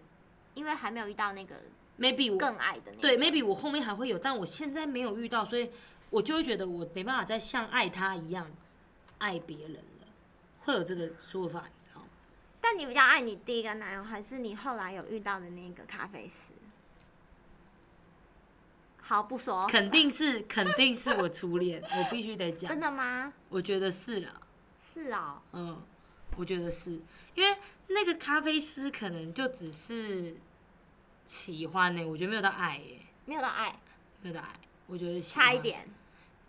Speaker 1: 因为还没有遇到那个
Speaker 2: ，maybe 我
Speaker 1: 更爱的那个。
Speaker 2: 对 maybe 我后面还会有，但我现在没有遇到，所以我就会觉得我没办法再像爱他一样爱别人了，会有这个说法，你知道吗？
Speaker 1: 但你比较爱你第一个男友，还是你后来有遇到的那个咖啡师？好，不说。
Speaker 2: 肯定是肯定是我初恋，我必须得
Speaker 1: 真
Speaker 2: 讲，
Speaker 1: 的吗？
Speaker 2: 我觉得是啦。
Speaker 1: 是哦，
Speaker 2: 嗯，我觉得是因为那个咖啡师可能就只是喜欢呢、我觉得没有到爱耶、
Speaker 1: 没有到爱，
Speaker 2: 没有到爱，我觉得喜欢
Speaker 1: 差一，点。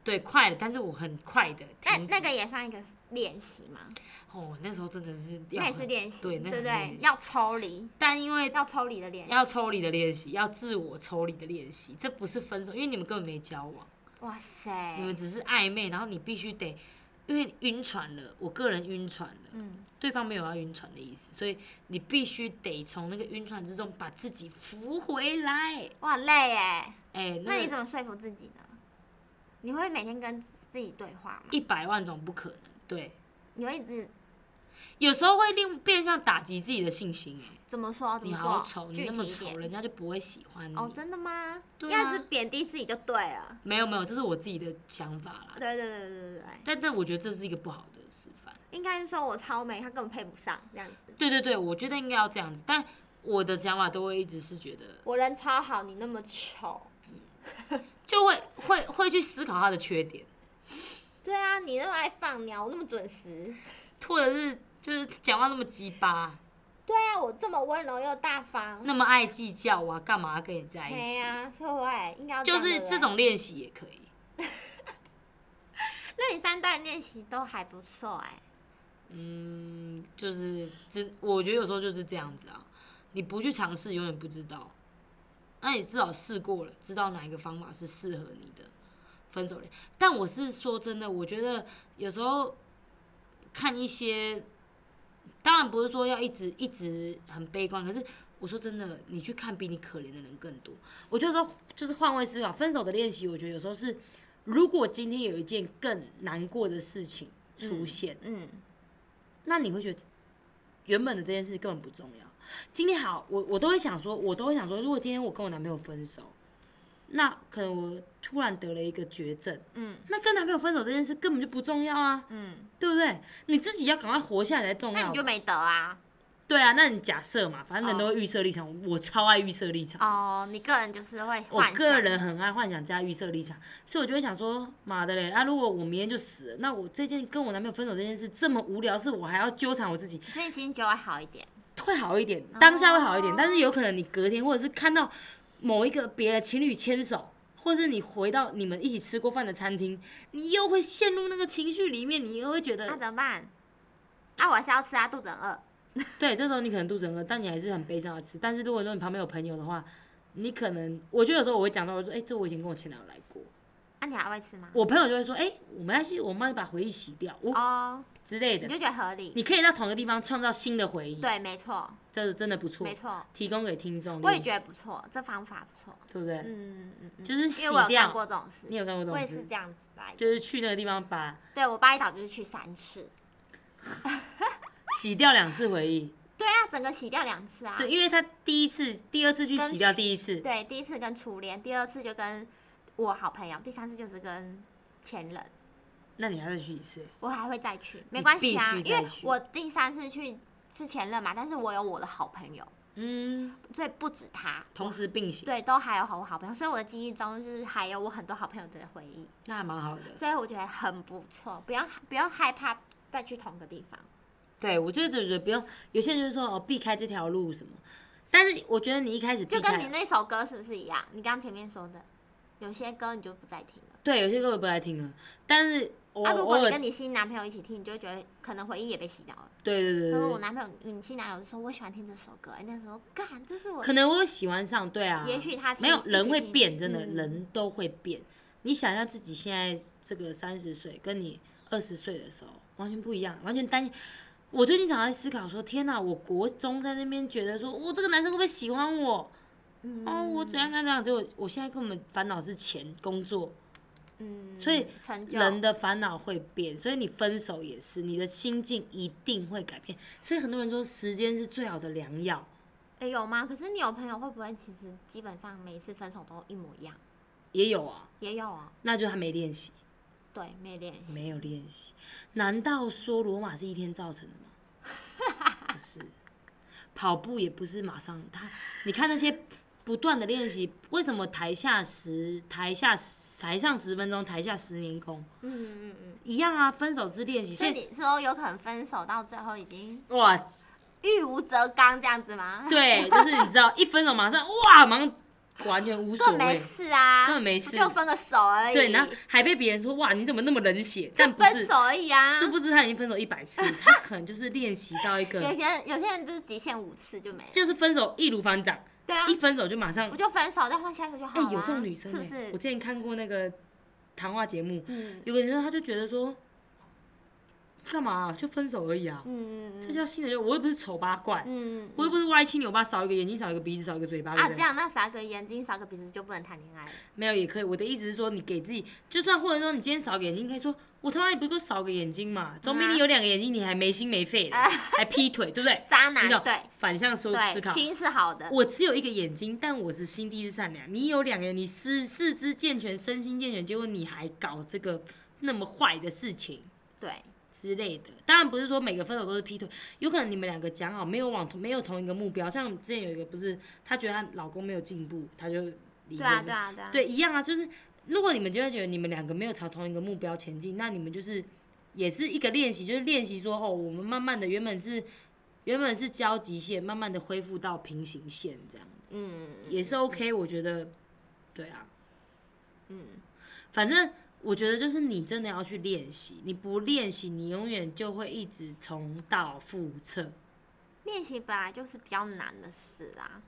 Speaker 2: 对，快了，但是我很快的
Speaker 1: 那
Speaker 2: 停止
Speaker 1: 那个也算一个练习嘛，
Speaker 2: 哦，那时候真的是要
Speaker 1: 那也
Speaker 2: 很
Speaker 1: 是练习，对
Speaker 2: 对，那
Speaker 1: 不
Speaker 2: 很
Speaker 1: 对
Speaker 2: 练？习
Speaker 1: 要抽离，
Speaker 2: 但因为
Speaker 1: 要抽离的练习。
Speaker 2: 要抽离的练习，要自我抽离的练习，这不是分手，因为你们根本没交往，
Speaker 1: 哇塞
Speaker 2: 你，们只是暧昧，然后你必须得，因为晕船了，我个人晕船了。
Speaker 1: 嗯，
Speaker 2: 对方没有要晕船的意思，所以你必须得从那个晕船之中把自己扶回来。
Speaker 1: 我很累哎，
Speaker 2: 哎、
Speaker 1: 那你
Speaker 2: 那
Speaker 1: 怎么说服自己呢？你会每天跟自己对话吗？
Speaker 2: 一百万种不可能，对，
Speaker 1: 你会一直
Speaker 2: 有时候会令变相打击自己的信心、哎，
Speaker 1: 怎么说？怎
Speaker 2: 你
Speaker 1: 么
Speaker 2: 好
Speaker 1: 做？
Speaker 2: 丑，你
Speaker 1: 啊具
Speaker 2: 那么
Speaker 1: 体一
Speaker 2: 丑，
Speaker 1: 点。
Speaker 2: 人家就不会喜欢你。
Speaker 1: 哦，真的吗？
Speaker 2: 对啊
Speaker 1: 要一直贬低自己就对了。
Speaker 2: 没有没有，这是我自己的想法啦
Speaker 1: 对。对对对对对，
Speaker 2: 但但我觉得这是一个不好的示范。
Speaker 1: 应该是说我超美，他根本配不上这样子。
Speaker 2: 对对对，我觉得应该要这样子，但我的想法都会一直是觉得，
Speaker 1: 我人超好，你那么丑。
Speaker 2: 就会会会去思考他的缺点，
Speaker 1: 对啊，你那么爱放鸟，我那么准时。
Speaker 2: 或者是就是讲话那么鸡巴，
Speaker 1: 对啊，我这么温柔又大方。
Speaker 2: 那么爱计较啊，干嘛跟你在一
Speaker 1: 对
Speaker 2: 起？
Speaker 1: 呀、啊，所以我也应该要
Speaker 2: 就
Speaker 1: 样
Speaker 2: 是
Speaker 1: 对不对
Speaker 2: 这。种练习也可以。
Speaker 1: 那你三段练习都还不错哎、
Speaker 2: 嗯，就是真，我觉得有时候就是这样子啊，你不去尝试，永远不知道。那你至少试过了，知道哪一个方法是适合你的分手的。但我是说真的，我觉得有时候看一些，当然不是说要一直一直很悲观，可是我说真的，你去看比你可怜的人更多。我就说，就是换位思考，分手的练习，我觉得有时候是，如果今天有一件更难过的事情出现。
Speaker 1: 嗯，
Speaker 2: 那你会觉得原本的这件事根本不重要。今天好，我我都会想说，我都会想说，如果今天我跟我男朋友分手，那可能我突然得了一个绝症，
Speaker 1: 嗯，
Speaker 2: 那跟男朋友分手这件事根本就不重要啊，
Speaker 1: 嗯，
Speaker 2: 对不对？你自己要赶快活下来才重
Speaker 1: 那
Speaker 2: 要
Speaker 1: 你就。没得啊。
Speaker 2: 对啊，那你假设嘛，反正人都会预设立场，我超爱预设立场。
Speaker 1: 哦，你个人就是会
Speaker 2: 我
Speaker 1: 幻想。
Speaker 2: 个人很爱幻想加预设立场，所以我就会想说，妈的嘞！啊，如果我明天就死了，那我这件跟我男朋友分手这件事这么无聊，是我还要纠缠我自己，
Speaker 1: 所以心情就会好一点。
Speaker 2: 会好一点，当下会好一点，
Speaker 1: 哦
Speaker 2: 但是有可能你隔天或者是看到某一个别的情侣牵手，或是你回到你们一起吃过饭的餐厅，你又会陷入那个情绪里面，你又会觉
Speaker 1: 那、
Speaker 2: 得，
Speaker 1: 怎么办？啊，我还是要吃啊，肚子很饿。
Speaker 2: 对，这时候你可能肚子很饿，但你还是很悲伤的吃。但是如果说你旁边有朋友的话，你可能，我觉得有时候我会讲到，我说，哎、这我以前跟我前男友来过，
Speaker 1: 那、啊你还会吃吗？
Speaker 2: 我朋友就会说，哎、我们要去，我们把回忆洗掉，我、
Speaker 1: 哦，
Speaker 2: 之类
Speaker 1: 你
Speaker 2: 的。
Speaker 1: 就觉得合理。
Speaker 2: 你可以到同一个地方创造新的回忆，
Speaker 1: 对，没错，
Speaker 2: 这是真的不错
Speaker 1: 没，错，
Speaker 2: 提供给听众练习，
Speaker 1: 我也觉得不错，这方法不错。
Speaker 2: 对不对？
Speaker 1: 嗯嗯嗯，
Speaker 2: 就是洗
Speaker 1: 因为我有干
Speaker 2: 掉，
Speaker 1: 过这种事
Speaker 2: 你，有干过这
Speaker 1: 我
Speaker 2: 种
Speaker 1: 也
Speaker 2: 事
Speaker 1: 是？这样子来的。
Speaker 2: 就是去那个地方把
Speaker 1: 对我巴厘岛就是去三次，
Speaker 2: 洗掉两次回忆。
Speaker 1: 对啊，整个洗掉两次啊。
Speaker 2: 对，因为他第一次、第二次去
Speaker 1: 跟
Speaker 2: 洗掉第一次，
Speaker 1: 对，第一次跟初恋，第二次就跟我好朋友，第三次就是跟前任。
Speaker 2: 那你还要再去一次。
Speaker 1: 我还会再去，没
Speaker 2: 你
Speaker 1: 关系啊，
Speaker 2: 必须
Speaker 1: 因为
Speaker 2: 再去
Speaker 1: 我第三次去是前任嘛，但是我有我的好朋友，
Speaker 2: 嗯，
Speaker 1: 所以不止他，
Speaker 2: 同时并行，
Speaker 1: 对，都还有我好朋友，所以我的记忆中就是还有我很多好朋友的回忆，
Speaker 2: 那还蛮好的。
Speaker 1: 所以我觉得很不错，不要不要害怕再去同个地方，
Speaker 2: 对，我就是觉得不用，有些人就是说哦，避开这条路什么。但是我觉得你一开始避
Speaker 1: 就跟你
Speaker 2: 开，
Speaker 1: 那首歌是不是一样？你刚前面说的，有些歌你就不再听了。
Speaker 2: 对，有些歌我不爱听了。但是我
Speaker 1: 啊，如
Speaker 2: 偶
Speaker 1: 果你
Speaker 2: 尔，
Speaker 1: 跟你新男朋友一起听，你就会觉得可能回忆也被洗掉了。
Speaker 2: 对对对
Speaker 1: 可
Speaker 2: 对
Speaker 1: 是我
Speaker 2: 对，
Speaker 1: 男朋友，你新男友就说我喜欢听这首歌，哎那时候干，这是我
Speaker 2: 可能我有喜欢上，对啊。
Speaker 1: 也许他听
Speaker 2: 没有人会变，
Speaker 1: 一起听
Speaker 2: 真的
Speaker 1: 嗯
Speaker 2: 人都会变。你想一下自己现在这个三十岁，跟你二十岁的时候完全不一样，完全单一。我最近常在思考说，天哪！我国中在那边觉得说，我这个男生会不会喜欢我？哦
Speaker 1: 嗯
Speaker 2: 哦，我怎样怎样怎样？结果我现在根本烦恼是钱、工作，
Speaker 1: 嗯，
Speaker 2: 所以
Speaker 1: 成就
Speaker 2: 人的烦恼会变，所以你分手也是，你的心境一定会改变。所以很多人说时间是最好的良药，
Speaker 1: 哎、有吗？可是你有朋友会不会其实基本上每一次分手都一模一样？
Speaker 2: 也有啊，
Speaker 1: 也有啊，
Speaker 2: 那就他没练习，
Speaker 1: 对，没联系。
Speaker 2: 没有练习。难道说罗马是一天造成的吗？ 不是，跑步也不是马上他，你看那些。不断的练习，为什么台下十、台下十台上十分钟，台下十年功
Speaker 1: 嗯嗯嗯
Speaker 2: 一样啊？分手是练习，
Speaker 1: 嗯。所
Speaker 2: 所
Speaker 1: 以
Speaker 2: 以
Speaker 1: 你说有可能分手到最后已经
Speaker 2: 哇，
Speaker 1: 欲无则刚这样子吗？
Speaker 2: 对，就是你知道，一分手马上哇，马上完全无所
Speaker 1: 根本没
Speaker 2: 谓，
Speaker 1: 事啊，
Speaker 2: 根本没事
Speaker 1: 不就分个手而已。
Speaker 2: 对，然后还被别人说哇，你怎么那么冷血？但不
Speaker 1: 分
Speaker 2: 是
Speaker 1: 手，而已啊。
Speaker 2: 殊不知他已经分手一百次，他可能就是练习到一
Speaker 1: 有
Speaker 2: 个，
Speaker 1: 些人有些人就是极限五次就没了。
Speaker 2: 就是分手易如反掌，
Speaker 1: 对啊
Speaker 2: 一，分手就马上
Speaker 1: 我，就分手再换下一个就好
Speaker 2: 哎
Speaker 1: 了、，
Speaker 2: 有这种女生
Speaker 1: 是不
Speaker 2: 哎，
Speaker 1: 是？
Speaker 2: 我之前看过那个谈话节目，
Speaker 1: 嗯
Speaker 2: 有个女生她就觉得说，干嘛啊就分手而已啊，
Speaker 1: 嗯
Speaker 2: 这叫新的就我又不是丑八怪，
Speaker 1: 嗯
Speaker 2: 我又不是歪七扭八，少一个眼睛，少一个鼻子，少一个嘴巴，
Speaker 1: 啊，
Speaker 2: 对不对
Speaker 1: 这样那少个眼睛少个鼻子就不能谈恋爱了。
Speaker 2: 没有也可以。我的意思是说，你给自己，就算或者说你今天少个眼睛，可以说我他妈也不够少个眼睛嘛，总比
Speaker 1: 啊
Speaker 2: 你有两个眼睛你还没心没肺的，还劈腿，对不对？
Speaker 1: 渣
Speaker 2: 你
Speaker 1: 男
Speaker 2: 懂
Speaker 1: 对
Speaker 2: 反向思思
Speaker 1: 啊对，
Speaker 2: 考。
Speaker 1: 心是好的，
Speaker 2: 我只有一个眼睛，但我是心地是善良。你有两个，你四四肢健全，身心健全，结果你还搞这个那么坏的事情
Speaker 1: 对
Speaker 2: 之类的。当然不是说每个分手都是劈腿，有可能你们两个讲好没有往同没有同一个目标。像之前有一个不是，她觉得她老公没有进步，她就离
Speaker 1: 对
Speaker 2: 婚
Speaker 1: 啊
Speaker 2: 了
Speaker 1: 对啊对啊，
Speaker 2: 对，一样啊，就是如果你们就会觉得你们两个没有朝同一个目标前进，那你们就是也是一个练习，就是练习说哦，我们慢慢的原本是原本是交集线，慢慢的恢复到平行线这样子，
Speaker 1: 嗯
Speaker 2: 也是 OK，我觉得，对啊，
Speaker 1: 嗯，
Speaker 2: 反正我觉得就是你真的要去练习，你不练习，你永远就会一直重蹈覆辙。
Speaker 1: 练习本来就是比较难的事啦。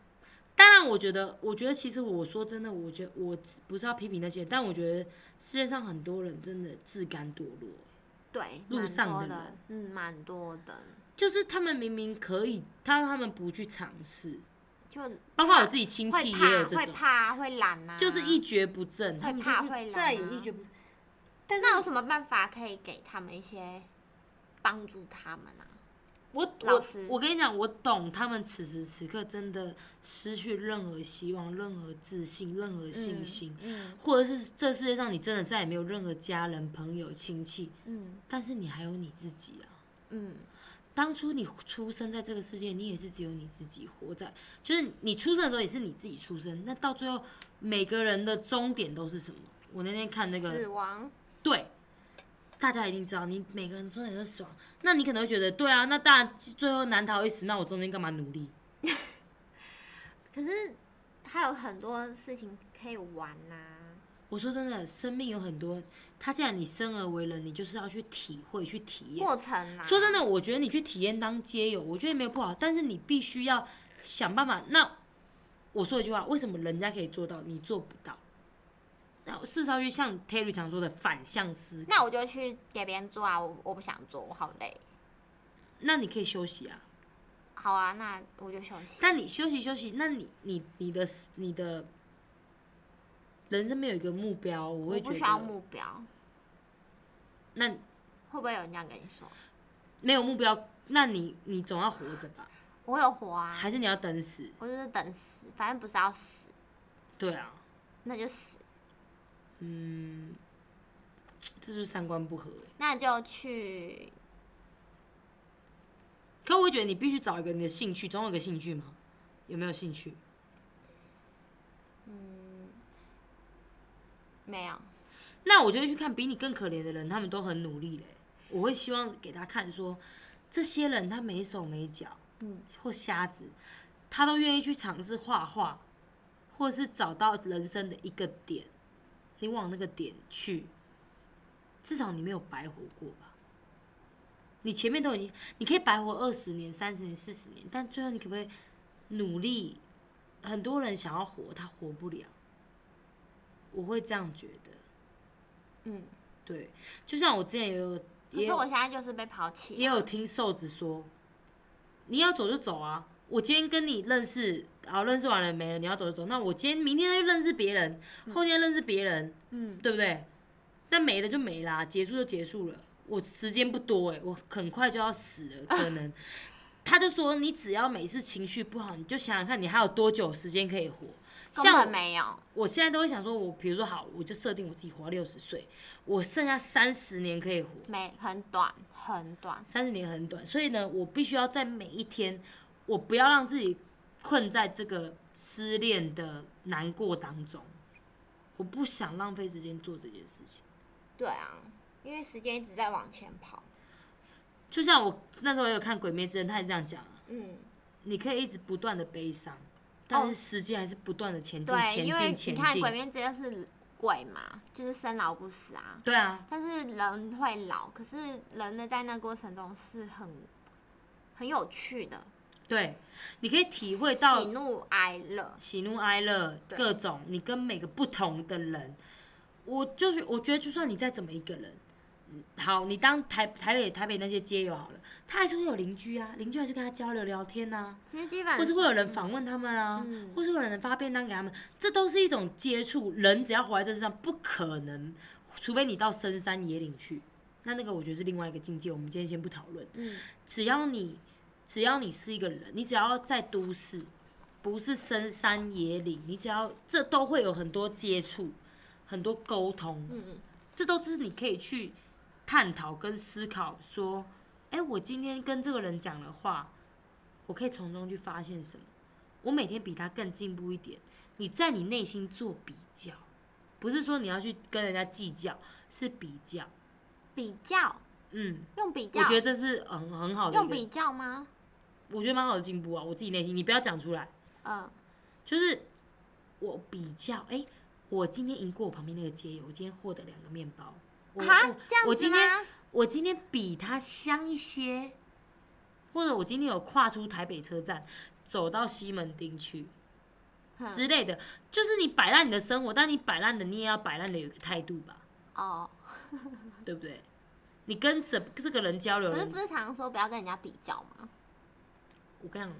Speaker 2: 当然，我觉得，我觉得其实我说真的，我觉得我不是要批评那些人，但我觉得世界上很多人真的自甘堕落。欸
Speaker 1: 对，
Speaker 2: 路
Speaker 1: 蛮
Speaker 2: 上
Speaker 1: 多
Speaker 2: 的
Speaker 1: 的
Speaker 2: 人，
Speaker 1: 嗯，蛮多的，
Speaker 2: 就是他们明明可以，但他们不去尝试，
Speaker 1: 就
Speaker 2: 包括我自己亲戚
Speaker 1: 会
Speaker 2: 也有
Speaker 1: 怕，
Speaker 2: 这
Speaker 1: 会
Speaker 2: 种，
Speaker 1: 怕，会懒啊，
Speaker 2: 就是一蹶不振，他们就
Speaker 1: 怕会懒
Speaker 2: 是再也
Speaker 1: 啊
Speaker 2: 一蹶不振。
Speaker 1: 但那有什么办法可以给他们一些帮助他们啊？
Speaker 2: 我
Speaker 1: 老
Speaker 2: 我
Speaker 1: 师
Speaker 2: 我跟你讲，我懂他们此时此刻真的失去任何希望、任何自信、任何信心，
Speaker 1: 嗯
Speaker 2: 或者是这世界上你真的再也没有任何家人、朋友、亲戚，
Speaker 1: 嗯
Speaker 2: 但是你还有你自己啊。
Speaker 1: 嗯
Speaker 2: 当初你出生在这个世界，你也是只有你自己活在，就是你出生的时候也是你自己出生。那到最后，每个人的终点都是什么？我那天看那
Speaker 1: 死
Speaker 2: 个，
Speaker 1: 亡，
Speaker 2: 对，大家一定知道，你每个人终点都是死亡。那你可能会觉得，对啊，那当然最后难逃一死，那我中间干嘛努力？
Speaker 1: 可是还有很多事情可以玩啊呐、
Speaker 2: 我说真的，生命有很多，它既然你生而为人，你就是要去体会、去体验。
Speaker 1: 过程啊。
Speaker 2: 说真的，我觉得你去体验当街友，我觉得没有不好，但是你必须要想办法。那我说一句话，为什么人家可以做到，你做不到？那是不是要去像 Terry 常说的反向思考？
Speaker 1: 那我就去给别人做啊，我我不想做，我好累。
Speaker 2: 那你可以休息啊，
Speaker 1: 好啊，那我就休息。
Speaker 2: 但你休息休息，那你你你的你的人生没有一个目标，我
Speaker 1: 我
Speaker 2: 会觉
Speaker 1: 不需要
Speaker 2: 得
Speaker 1: 目标，
Speaker 2: 那
Speaker 1: 会不会有人这样跟你说？
Speaker 2: 没有目标，那你你总要活着吧？
Speaker 1: 我有活啊，
Speaker 2: 还是你要等死？
Speaker 1: 我就是等死，反正不是要死，
Speaker 2: 对啊，
Speaker 1: 那就死，
Speaker 2: 嗯，这就是三观不合、欸。
Speaker 1: 那就去。
Speaker 2: 可我会觉得你必须找一个你的兴趣，总有个兴趣嘛？有没有兴趣？
Speaker 1: 嗯没有，
Speaker 2: 那我就会去看比你更可怜的人，他们都很努力嘞。我会希望给他看说，这些人他没手没脚，
Speaker 1: 嗯，
Speaker 2: 或瞎子，他都愿意去尝试画画，或是找到人生的一个点，你往那个点去，至少你没有白活过吧？你前面都已经，你可以白活二十年、三十年、四十年，但最后你可不可以努力？很多人想要活，他活不了，我会这样觉得。
Speaker 1: 嗯，
Speaker 2: 对，就像我之前也有
Speaker 1: 可
Speaker 2: 也
Speaker 1: 是
Speaker 2: 有
Speaker 1: 我现在就是被抛弃
Speaker 2: 也
Speaker 1: 啊。
Speaker 2: 有听瘦子说，你要走就走啊！我今天跟你认识，然后认识完了没了，你要走就走。那我今天明天再去认识别人，后天认识别人，
Speaker 1: 嗯，
Speaker 2: 对不对？但没了就没啦，结束就结束了。我时间不多哎、我很快就要死了，可能。他就说，你只要每次情绪不好，你就想想看，你还有多久时间可以活。
Speaker 1: 根
Speaker 2: 像
Speaker 1: 本没有，
Speaker 2: 我现在都会想说，我比如说好，我就设定我自己活到六十岁，我剩下三十年可以活，
Speaker 1: 没很短很短，
Speaker 2: 三十年很短，所以呢，我必须要在每一天，我不要让自己困在这个失恋的难过当中，我不想浪费时间做这件事情。
Speaker 1: 对啊，因为时间一直在往前跑，
Speaker 2: 就像我那时候也有看《鬼灭之刃》，他也这样讲啊，
Speaker 1: 嗯，
Speaker 2: 你可以一直不断的悲伤，但是时间还是不断的前进、
Speaker 1: 哦对，因为
Speaker 2: 前进、
Speaker 1: 你
Speaker 2: 前
Speaker 1: 看《鬼
Speaker 2: 进。
Speaker 1: 灭之刃》是鬼嘛，就是生老不死啊，
Speaker 2: 对啊，
Speaker 1: 但是人会老，可是人呢，在那过程中是很很有趣的，
Speaker 2: 对，你可以体会到
Speaker 1: 喜怒哀乐，
Speaker 2: 喜怒哀乐
Speaker 1: 对
Speaker 2: 各种，你跟每个不同的人，我就是我觉得，就算你再怎么一个人，嗯好，你当台台北台北那些街友好了，他还是会有邻居啊，邻居还是跟他交流聊天呐、
Speaker 1: 其实基
Speaker 2: 啊，或
Speaker 1: 本
Speaker 2: 是会有人访问他们啊，
Speaker 1: 嗯
Speaker 2: 或是会有人发便当给他们，这都是一种接触。人只要活在这世上，不可能，除非你到深山野岭去，那那个我觉得是另外一个境界，我们今天先不讨论。
Speaker 1: 嗯，
Speaker 2: 只要你只要你是一个人，你只要在都市，不是深山野岭，你只要这都会有很多接触，很多沟通，
Speaker 1: 嗯，
Speaker 2: 这都是你可以去探讨跟思考，说，哎、我今天跟这个人讲的话，我可以从中去发现什么，我每天比他更进步一点。你在你内心做比较，不是说你要去跟人家计较，是比较。
Speaker 1: 比较
Speaker 2: 嗯，
Speaker 1: 用比
Speaker 2: 我
Speaker 1: 较
Speaker 2: 觉，得这是很很好的一
Speaker 1: 用
Speaker 2: 个
Speaker 1: 比较吗？
Speaker 2: 我觉得蛮好的进步啊，我自己内心，你不要讲出来，
Speaker 1: 嗯，
Speaker 2: 就是我比较，哎、我今天赢过我旁边那个街友，我今天获得两个面包，我
Speaker 1: 哈
Speaker 2: 我，
Speaker 1: 这样
Speaker 2: 我
Speaker 1: 子
Speaker 2: 今天
Speaker 1: 吗？
Speaker 2: 我今天比他香一些，或者我今天有跨出台北车站，走到西门町去
Speaker 1: 哼
Speaker 2: 之类的，就是你摆烂你的生活，但你摆烂的你也要摆烂的有一个态度吧，
Speaker 1: 哦，
Speaker 2: 对不对？你跟这这个人交流
Speaker 1: 不是
Speaker 2: 了，
Speaker 1: 不是常说不要跟人家比较吗？
Speaker 2: 我跟你讲，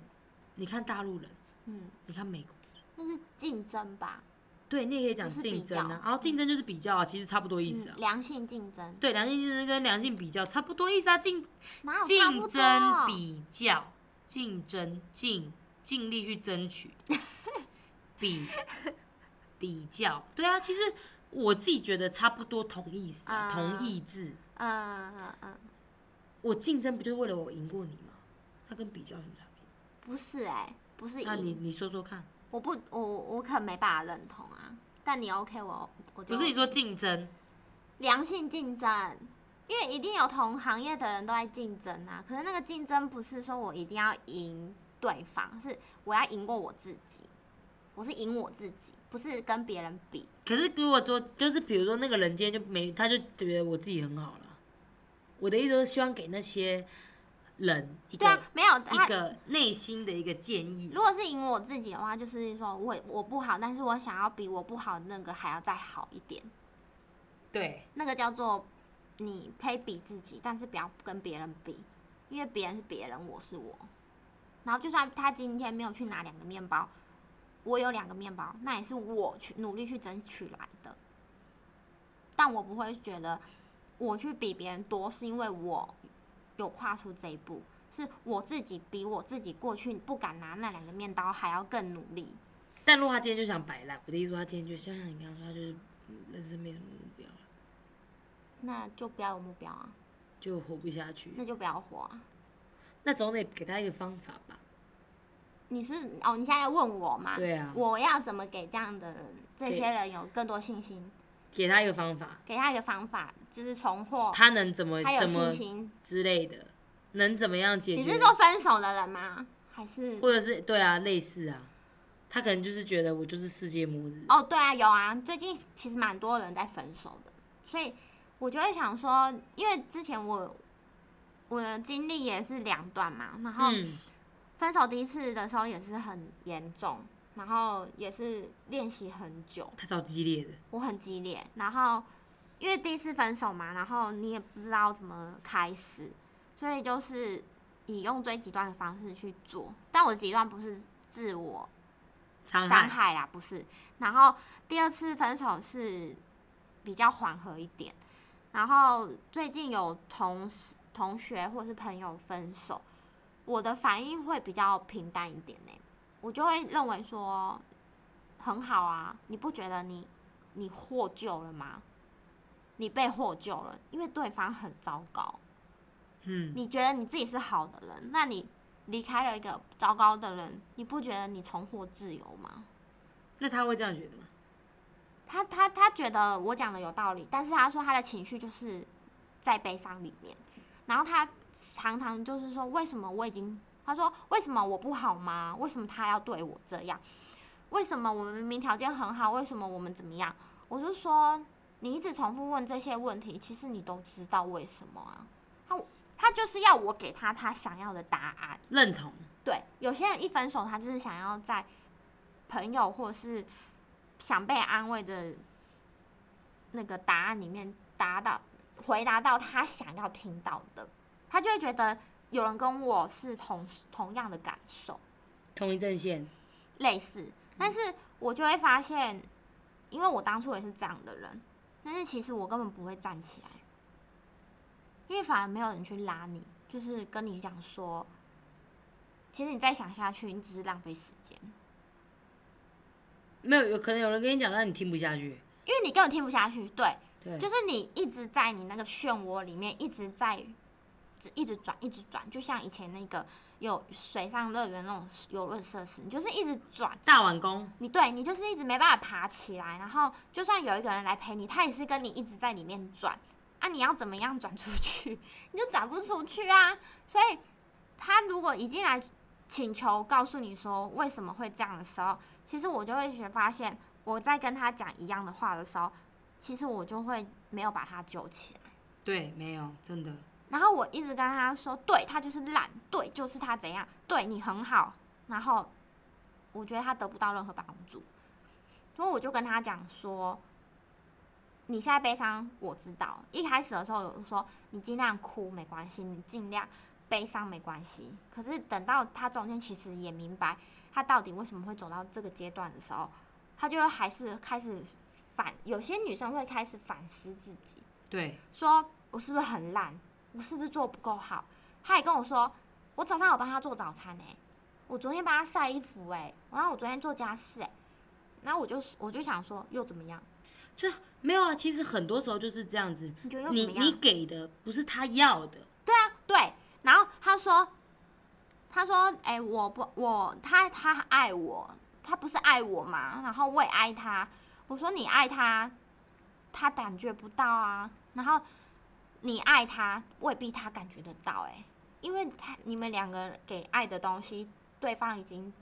Speaker 2: 你看大陆人，
Speaker 1: 嗯，
Speaker 2: 你看美国人。
Speaker 1: 那是竞争吧？
Speaker 2: 对，你也可以讲
Speaker 1: 就是
Speaker 2: 竞
Speaker 1: 比
Speaker 2: 争啊
Speaker 1: 较，
Speaker 2: 然后竞争就是比较啊，其实差不多意思啊
Speaker 1: 嗯，。良性竞争，
Speaker 2: 对，良性竞争跟良性比较差不多意思啊，竞
Speaker 1: 哪有哦差
Speaker 2: 竞
Speaker 1: 不
Speaker 2: 争
Speaker 1: 多？
Speaker 2: 比较，竞争尽尽力去争取，比比较，对啊，其实我自己觉得差不多同意思啊，同
Speaker 1: 啊
Speaker 2: 义字。
Speaker 1: 嗯嗯嗯，
Speaker 2: 我竞争不就是为了我赢过你吗？那跟比较有什么差别？
Speaker 1: 不是哎、不是
Speaker 2: 那你
Speaker 1: 赢，
Speaker 2: 你说说看，
Speaker 1: 我不，我我可能没办法认同啊。但你 OK，我我就
Speaker 2: 不是你说竞争，
Speaker 1: 良性竞争，因为一定有同行业的人都在竞争啊。可是那个竞争不是说我一定要赢对方，是我要赢过我自己，我是赢我自己，不是跟别人比。
Speaker 2: 可是如果说就是比如说那个人今天就没，他就觉得我自己很好了。我的意思是希望给那些人一个、
Speaker 1: 对啊，没有
Speaker 2: 一
Speaker 1: 他。
Speaker 2: 个内心的一个建议
Speaker 1: 如。果是赢我自己的话，就是说我我不好，但是我想要比我不好的那个还要再好一点，
Speaker 2: 对，
Speaker 1: 那个叫做你可以比自己，但是不要跟别人比，因为别人是别人，我是我。然后就算他今天没有去拿两个面包，我有两个面包，那也是我去努力去争取来的。但我不会觉得我去比别人多，是因为我有跨出这一步，是我自己比我自己过去不敢拿那两个面包还要更努力。
Speaker 2: 但如果他今天就想摆烂，我的意思说他今天就像像你刚刚说，他就是嗯人生没什么目标了，
Speaker 1: 那就不要有目标啊，
Speaker 2: 就活不下去。
Speaker 1: 那就不要活啊。
Speaker 2: 那总得给他一个方法吧？
Speaker 1: 你是哦，你现在问我吗？
Speaker 2: 对啊，
Speaker 1: 我要怎么给这样的人、这些人有更多信心？
Speaker 2: 给他一个方法，
Speaker 1: 给他一个方法，就是重获
Speaker 2: 他能怎么
Speaker 1: 哦他有
Speaker 2: 呃怎
Speaker 1: 信
Speaker 2: 么
Speaker 1: 心。
Speaker 2: 之类的，能怎么样解决？
Speaker 1: 你是说分手的人吗？还是
Speaker 2: 或者是对啊，类似啊，他可能就是觉得我就是世界末日。
Speaker 1: 哦，对啊，有啊，最近其实蛮多人在分手的，所以我就会想说，因为之前我我的经历也是两段嘛，然后
Speaker 2: 嗯，
Speaker 1: 分手第一次的时候也是很严重，然后也是练习很久，
Speaker 2: 他超激烈的，
Speaker 1: 我很激烈，然后因为第一次分手嘛，然后你也不知道怎么开始，所以就是以用最极端的方式去做。但我的极端不是自我
Speaker 2: 伤
Speaker 1: 伤
Speaker 2: 害
Speaker 1: 害啦，不是。然后第二次分手是比较缓和一点，然后最近有同事同学或是朋友分手，我的反应会比较平淡一点呢、欸我就会认为说很好啊，你不觉得你你获救了吗？你被获救了，因为对方很糟糕。
Speaker 2: 嗯，
Speaker 1: 你觉得你自己是好的人，那你离开了一个糟糕的人，你不觉得你重获自由吗？
Speaker 2: 那他会这样觉得吗？
Speaker 1: 他他他觉得我讲的有道理，但是他说他的情绪就是在悲伤里面，然后他常常就是说为什么我已经，他说为什么我不好吗？为什么他要对我这样？为什么我们明明条件很好，为什么我们怎么样？我就说你一直重复问这些问题，其实你都知道为什么啊。他他就是要我给他他想要的答案。
Speaker 2: 认同，
Speaker 1: 对，有些人一分手，他就是想要在朋友或是想被安慰的那个答案里面达到回答到他想要听到的，他就会觉得有人跟我是同同样的感受，
Speaker 2: 同一阵线，
Speaker 1: 类似。但是我就会发现，因为我当初也是这样的人，但是其实我根本不会站起来，因为反而没有人去拉你，就是跟你讲说，其实你再想下去，你只是浪费时间，
Speaker 2: 没有有可能有人跟你讲，但你听不下去。
Speaker 1: 因为你根本听不下去。对，
Speaker 2: 对，
Speaker 1: 就是你一直在你那个漩涡里面，一直在一直转，一直转，就像以前那个有水上乐园那种游乐设施，你就是一直转。
Speaker 2: 大碗公，
Speaker 1: 你对你就是一直没办法爬起来，然后就算有一个人来陪你，他也是跟你一直在里面转啊，你要怎么样转出去， 你就转不出去啊。所以他如果已经来请求告诉你说为什么会这样的时候，其实我就会觉发现我在跟他讲一样的话的时候，其实我就会没有把他揪起来。
Speaker 2: 对，没有，真的，
Speaker 1: 然后我一直跟他说，对他就是烂，对就是他怎样，对你很好。然后我觉得他得不到任何帮助，所以我就跟他讲说，你现在悲伤我知道，一开始的时候有说你尽量哭没关系，你尽量悲伤没关系。可是等到他中间其实也明白他到底为什么会走到这个阶段的时候，他就还是开始反，有些女生会开始反思自己。
Speaker 2: 对，
Speaker 1: 说我是不是很烂，我是不是做不够好。他也跟我说，我早上有帮他做早餐哎、我昨天帮他晒衣服哎、然后我昨天做家事哎、然后我就我就想说又怎么样？
Speaker 2: 就没有啊。其实很多时候就是这样子，
Speaker 1: 你觉得又
Speaker 2: 你
Speaker 1: 怎么
Speaker 2: 你
Speaker 1: 样？
Speaker 2: 给的不是他要的，
Speaker 1: 对，然后他说，他说哎、我不我他他爱我，他不是爱我嘛，然后我也爱他。我说你爱他，他感觉不到啊，然后你爱他，未必他感觉得到哎、因为他你们两个给爱的东西，对方已经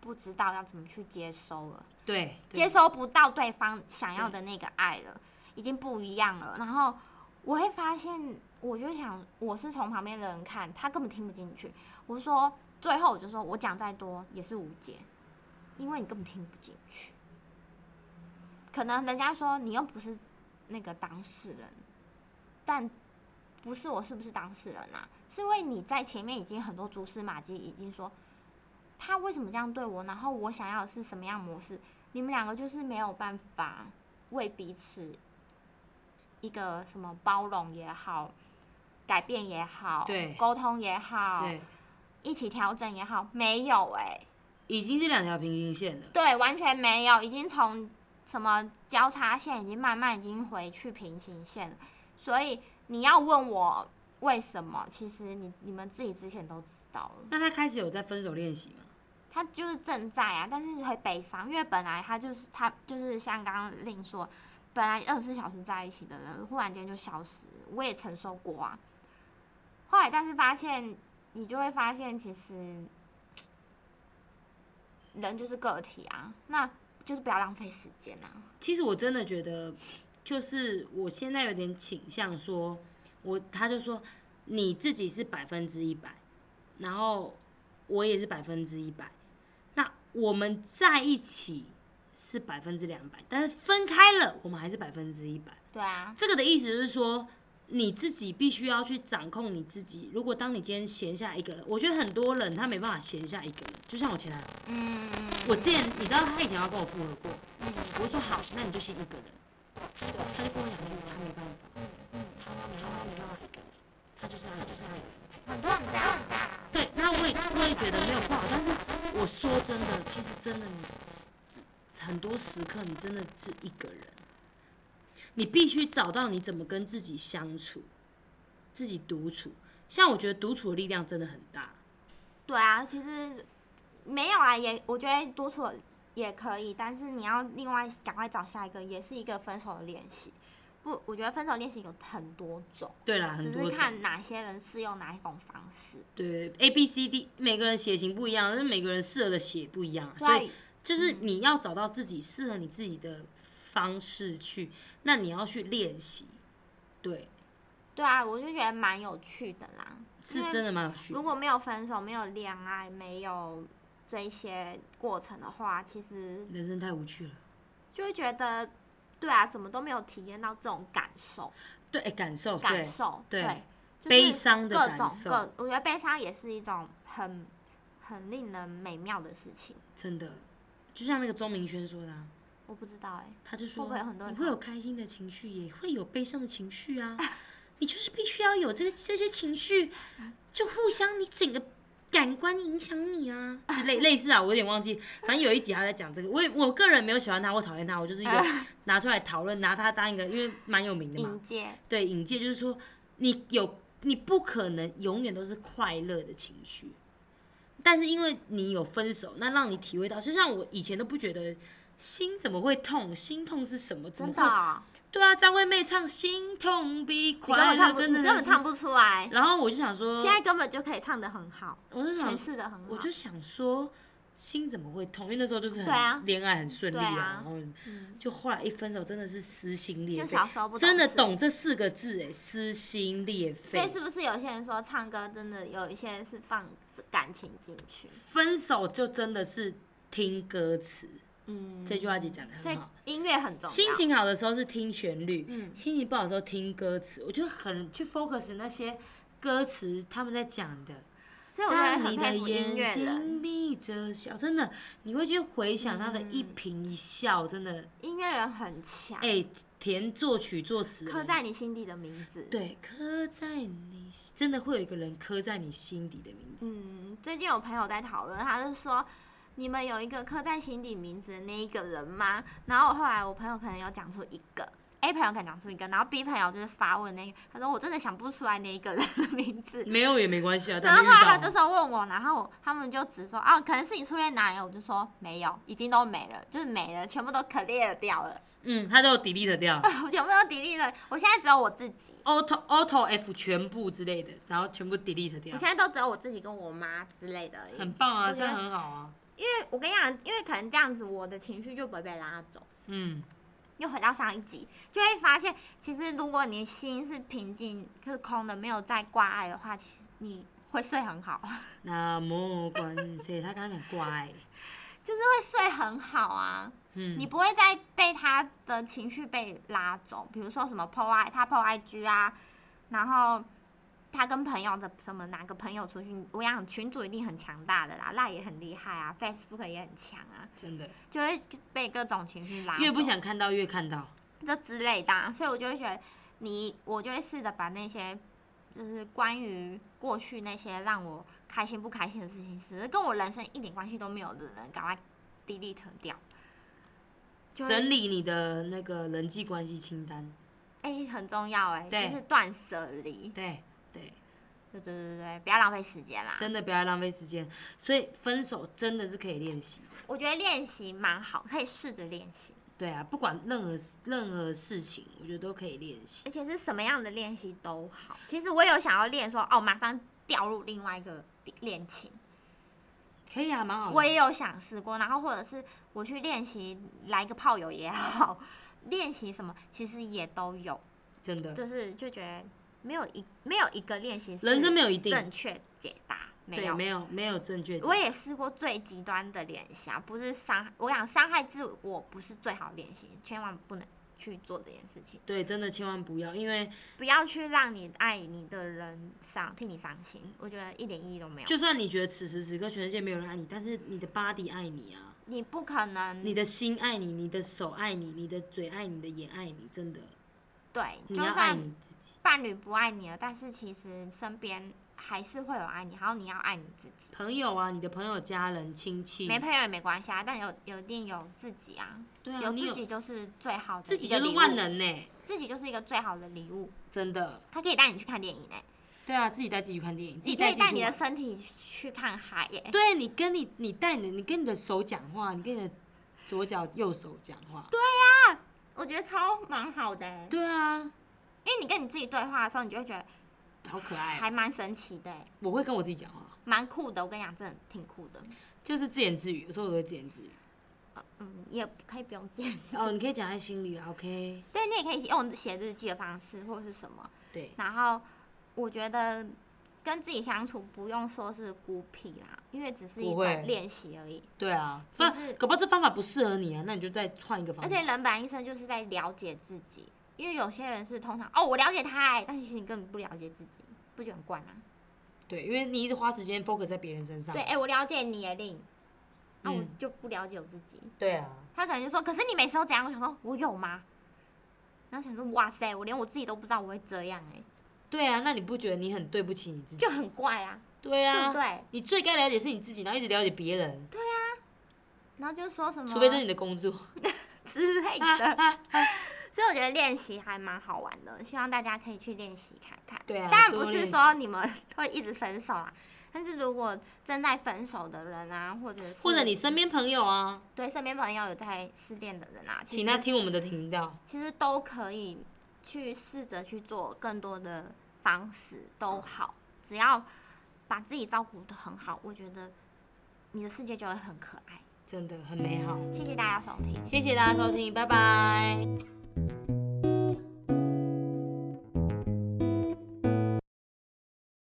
Speaker 1: 不知道要怎么去接收了，
Speaker 2: 对，对
Speaker 1: 接收不到对方想要的那个爱了，已经不一样了。然后我会发现，我就想我是从旁边的人看，他根本听不进去。我说最后我就说我讲再多也是无解，因为你根本听不进去。可能人家说你又不是那个当事人，但不是我是不是当事人啊？是因为你在前面已经很多蛛丝马迹，已经说他为什么这样对我，然后我想要的是什么样的模式，你们两个就是没有办法为彼此一个什么包容也好，改变也好，
Speaker 2: 对
Speaker 1: 沟通也好，
Speaker 2: 对，
Speaker 1: 一起调整也好，没有哎、
Speaker 2: 已经是两条平行线了。
Speaker 1: 对，完全没有，已经从什么交叉线，已经慢慢已经回去平行线了。所以你要问我为什么，其实你你们自己之前都知道了，
Speaker 2: 那他开始有在分手练习吗？
Speaker 1: 他就是正在啊，但是会悲伤，因为本来他就是他就是像刚刚令说，本来二十四小时在一起的人，忽然间就消失，我也承受过啊。后来但是发现，你就会发现其实。人就是个体啊，那就是不要浪费时间啊。
Speaker 2: 其实我真的觉得，就是我现在有点倾向说，我他就说你自己是百分之一百，然后我也是百分之一百，那我们在一起是百分之两百，但是分开了我们还是百分之一百。
Speaker 1: 对啊，
Speaker 2: 这个的意思就是说，你自己必须要去掌控你自己。如果当你今天闲下一个人，我觉得很多人他没办法闲下一个人，就像我前男友，
Speaker 1: 嗯，
Speaker 2: 我之前你知道他以前要跟我复合过，我说好，那你就先一个人，他就跟我讲说他没办法，
Speaker 1: 很多人这样啊这样，
Speaker 2: 对，那我也我也觉得没有不好，但是我说真的，其实真的你很多时刻你真的是一个人，你必须找到你怎么跟自己相处，自己独处。像我觉得独处的力量真的很大，
Speaker 1: 对啊，其实没有啊，也我觉得独处也可以，但是你要另外赶快找下一个，也是一个分手的练习。不，我觉得分手练习有很多种，
Speaker 2: 对啦，
Speaker 1: 只
Speaker 2: 很多
Speaker 1: 是
Speaker 2: 种
Speaker 1: 看哪些人适用哪一种方式。
Speaker 2: 对 A B C D 每个人血型不一样，但是每个人适合的血不一样，所以
Speaker 1: 对啊，
Speaker 2: 就是你要找到自己适合你自己的方式去，那你要去练习，对，
Speaker 1: 对啊，我就觉得蛮有趣的啦。
Speaker 2: 是
Speaker 1: 因为
Speaker 2: 真的蛮有趣的
Speaker 1: 如。果没有分手，没有恋爱，没有这一些过程的话，其实
Speaker 2: 人生太无趣了。
Speaker 1: 就会觉得，对啊，怎么都没有体验到这种感受，
Speaker 2: 对，哎感受，
Speaker 1: 感
Speaker 2: 对
Speaker 1: 受，
Speaker 2: 对
Speaker 1: 对，就是
Speaker 2: 悲伤的
Speaker 1: 各
Speaker 2: 感
Speaker 1: 种
Speaker 2: 受，
Speaker 1: 各，我觉得悲伤也是一种很很令人美妙的事情。
Speaker 2: 真的，就像那个钟明轩说的、啊，
Speaker 1: 我不知道哎、
Speaker 2: 他就说
Speaker 1: 会不会有很多人
Speaker 2: 你会有开心的情绪，也会有悲伤的情绪啊， 你就是必须要有这个这些情绪，就互相你整个。感官影响你啊，之 类类似啊，我有点忘记，反正有一集他在讲这个，我也我个人没有喜欢他或讨厌他，我就是 一个拿出来讨论，拿他当一个，因为蛮有名的嘛，
Speaker 1: 迎接，
Speaker 2: 对，引介就是说，你有你不可能永远都是快乐的情绪，但是因为你有分手，那让你体会到，就像我以前都不觉得心怎么会痛，心痛是什么？怎么
Speaker 1: 真
Speaker 2: 会
Speaker 1: 的、？哦，
Speaker 2: 对啊，张惠妹唱《心痛比
Speaker 1: 你根
Speaker 2: 快
Speaker 1: 本
Speaker 2: 乐
Speaker 1: 看不，
Speaker 2: 更
Speaker 1: 你根本唱不出来，
Speaker 2: 然后我就想说
Speaker 1: 现，在根本就可以唱的很好，
Speaker 2: 我就想
Speaker 1: 诠，释的很好。
Speaker 2: 我就想说，心怎么会痛？因为那时候就是
Speaker 1: 对啊
Speaker 2: 很恋爱很顺利
Speaker 1: 对
Speaker 2: 啊
Speaker 1: 啊，
Speaker 2: 然后
Speaker 1: 嗯
Speaker 2: 就后来一分手真的是撕心裂
Speaker 1: 就
Speaker 2: 肺
Speaker 1: 小。时候不
Speaker 2: 真的
Speaker 1: 事
Speaker 2: 懂这四个字哎，撕心裂肺。
Speaker 1: 所以是不是有些人说唱歌真的有一些是放感情进去？
Speaker 2: 分手就真的是听歌词，
Speaker 1: 嗯，
Speaker 2: 这句话就讲的
Speaker 1: 所
Speaker 2: 很
Speaker 1: 以
Speaker 2: 好。
Speaker 1: 音乐很重要。
Speaker 2: 心情好的时候是听旋律，
Speaker 1: 嗯
Speaker 2: 心情不好的时候听歌词。我就很去 focus 那些歌词他们在讲的。
Speaker 1: 所以我觉得
Speaker 2: 当
Speaker 1: 很
Speaker 2: 你的
Speaker 1: 佩服音乐
Speaker 2: 眼
Speaker 1: 人，
Speaker 2: 睛眯着笑，真的，你会去回想他的一颦一笑，真的，
Speaker 1: 音乐人很强，
Speaker 2: 哎、填作曲作词的人，
Speaker 1: 刻在你心底的名字。，
Speaker 2: 对，刻在你，真的会有一个人刻在你心底的名字。
Speaker 1: 嗯，最近有朋友在讨论，他就说。你们有一个刻在心底名字的那一个人吗？然后我后来我朋友可能有讲出一个，A 朋友可能讲出一个，然后 B 朋友就是发问那个，他说我真的想不出来那一个人的名字，
Speaker 2: 没有也没关系啊，
Speaker 1: 然
Speaker 2: 但
Speaker 1: 后
Speaker 2: 没
Speaker 1: 后
Speaker 2: 遇
Speaker 1: 来
Speaker 2: 到
Speaker 1: 他就。是问我，然后我他们就只说啊，可能是你初恋男友，我就说没有，已经都没了，就是没了，全部都 clear 掉了，
Speaker 2: 嗯，他都有 delete 掉。
Speaker 1: 我全部都 delete 了，我现在只有我自己，
Speaker 2: Auto Auto F 全部之类的，然后全部 delete 掉
Speaker 1: 我，现在都只有我自己跟我妈之类的而已。
Speaker 2: 啊很棒啊，
Speaker 1: 我
Speaker 2: 这
Speaker 1: 觉得
Speaker 2: 样很好啊。
Speaker 1: 因为我跟你讲，因为可能这样子，我的情绪就不会被拉走。
Speaker 2: 嗯，
Speaker 1: 又回到上一集，就会发现，其实如果你心是平静、是空的，没有再挂碍的话，其实你会睡很 好，
Speaker 2: 那么关系，他刚刚讲乖，
Speaker 1: 就是会睡很好啊。
Speaker 2: 嗯，
Speaker 1: 你不会再被他的情绪被拉走，比如说什么 PO I 他 PO IG 啊，然后他跟朋友的什么哪个朋友出去，我想群主一定很强大的啦，赖也很厉害啊，Facebook 也很强啊，
Speaker 2: 真的
Speaker 1: 就会被各种情绪拉走，
Speaker 2: 越不想看到越看到，
Speaker 1: 这之类的、啊，所以我就会觉得你，我就会试着把那些就是关于过去那些让我开心不开心的事情，只是跟我人生一点关系都没有的人，赶快 delete 掉。就会
Speaker 2: 整理你的那个人际关系清单。
Speaker 1: 哎、很重要哎、
Speaker 2: 对
Speaker 1: 就是断舍离。
Speaker 2: 对对，
Speaker 1: 对对对对，不要浪费时间啦。
Speaker 2: 真的不要浪费时间，所以分手真的是可以练习的。
Speaker 1: 我觉得练习蛮好，可以试着练习，
Speaker 2: 对啊，不管任何任何事情，我觉得都可以练习。
Speaker 1: 而且是什么样的练习都好。其实我有想要练说，哦，马上掉入另外一个恋情，
Speaker 2: 可以啊，蛮好
Speaker 1: 我
Speaker 2: 的。
Speaker 1: 也有想试过。然后或者是我去练习来个炮友也好， 练习什么其实也都有，
Speaker 2: 真的，
Speaker 1: 就是就觉得没有一没有一个练习是
Speaker 2: 人生没有一定，
Speaker 1: 正确解答，没
Speaker 2: 对，
Speaker 1: 有
Speaker 2: 没有没有正确解
Speaker 1: 我也试过最极端的练习啊，不是伤，我想伤害自我不是最好的练习，千万不能去做这件事情，
Speaker 2: 对，真的千万不要，因为
Speaker 1: 不要去让你爱你的人伤，替你伤心，我觉得一点意义都没有。
Speaker 2: 就算你觉得此时此刻全世界没有人爱你，但是你的 body 爱你啊，
Speaker 1: 你不可能，
Speaker 2: 你的心爱你，你的手爱你，你的嘴爱你，你的眼爱你，真的，
Speaker 1: 对，
Speaker 2: 你
Speaker 1: 就
Speaker 2: 要爱
Speaker 1: 算
Speaker 2: 你自己。
Speaker 1: 伴侣不爱你了，但是其实身边还是会有爱你，还有你要爱你自己。
Speaker 2: 朋友啊，你的朋友、家人、亲戚，
Speaker 1: 没朋友也没关系啊，但有有一定有自己啊，
Speaker 2: 对啊，
Speaker 1: 有
Speaker 2: 你
Speaker 1: 自
Speaker 2: 有
Speaker 1: 己就是最好的
Speaker 2: 自己
Speaker 1: 一个
Speaker 2: 就
Speaker 1: 礼
Speaker 2: 是
Speaker 1: 物
Speaker 2: 万，能呢、
Speaker 1: 自己就是一个最好的礼物，
Speaker 2: 真的。
Speaker 1: 它可以带你去看电影呢、欸
Speaker 2: 对啊，自己带自己去看电影，自己
Speaker 1: 你可以
Speaker 2: 自己
Speaker 1: 带
Speaker 2: 去
Speaker 1: 你的
Speaker 2: 玩
Speaker 1: 身体去看海耶、
Speaker 2: 对你跟你你带你的你跟你的手讲话，你跟你的左脚右手讲话。对
Speaker 1: 我觉得超蛮好的、欸，
Speaker 2: 对啊，
Speaker 1: 因为你跟你自己对话的时候，你就会觉得
Speaker 2: 好可爱、哦
Speaker 1: 还蛮神奇的、欸，
Speaker 2: 我会跟我自己讲话，
Speaker 1: 蛮酷的。我跟你讲，真的挺酷的。
Speaker 2: 嗯就是自言自语，有时候我都会自言自语。
Speaker 1: 嗯，也可以不用见。
Speaker 2: 哦，你可以讲在心里啦，OK？
Speaker 1: 对你也可以用写日记的方式或是什么。
Speaker 2: 对，
Speaker 1: 然后我觉得跟自己相处不用说是孤僻啦，因为只是一
Speaker 2: 不会
Speaker 1: 种练习而已。
Speaker 2: 对啊，
Speaker 1: 就
Speaker 2: 那
Speaker 1: 是
Speaker 2: 搞不好这方法不适合你啊，那你就再换一个方
Speaker 1: 而
Speaker 2: 法。
Speaker 1: 且人本来一生就是在了解自己，因为有些人是通常哦我了解他、欸，但其实你根本不了解自己，不觉得很怪吗？
Speaker 2: 对，因为你一直花时间 focus 在别人身上。
Speaker 1: 对，哎、我了解你耶，令，那、我
Speaker 2: 嗯
Speaker 1: 就不了解我自己。
Speaker 2: 对啊，
Speaker 1: 他可能就说：“可是你每次都这样。”我想说：“我有吗？”然后想说：“哇塞，我连我自己都不知道我会这样、欸，
Speaker 2: 对啊，那你不觉得你很对不起你自己
Speaker 1: 就？很怪啊，
Speaker 2: 对
Speaker 1: 对
Speaker 2: 啊
Speaker 1: 不，对
Speaker 2: 你最该了解是你自己，然后一直了解别人，？”
Speaker 1: 然后就说什么，
Speaker 2: 除非这是你的 工作。
Speaker 1: 之类 的。所以我觉得练习还蛮好玩的，希望大家可以去练习看看。
Speaker 2: 对啊
Speaker 1: 当然
Speaker 2: 多
Speaker 1: 不
Speaker 2: 练
Speaker 1: 是
Speaker 2: 习
Speaker 1: 说你们 会一直分手啊，但是如果正在分手的人啊，或者是
Speaker 2: 或者你身边朋友啊，
Speaker 1: 对身边朋友有在失恋的人啊，其
Speaker 2: 请他
Speaker 1: 实
Speaker 2: 听我们的频道。
Speaker 1: 其实都可以去试着去做更多的方式，
Speaker 2: 嗯
Speaker 1: 都好，只要把自己照顾得很好，我觉得你的世界就会很可爱。
Speaker 2: 真的很美好。
Speaker 1: 嗯谢谢大家收听。
Speaker 2: 谢谢大家收听，拜拜。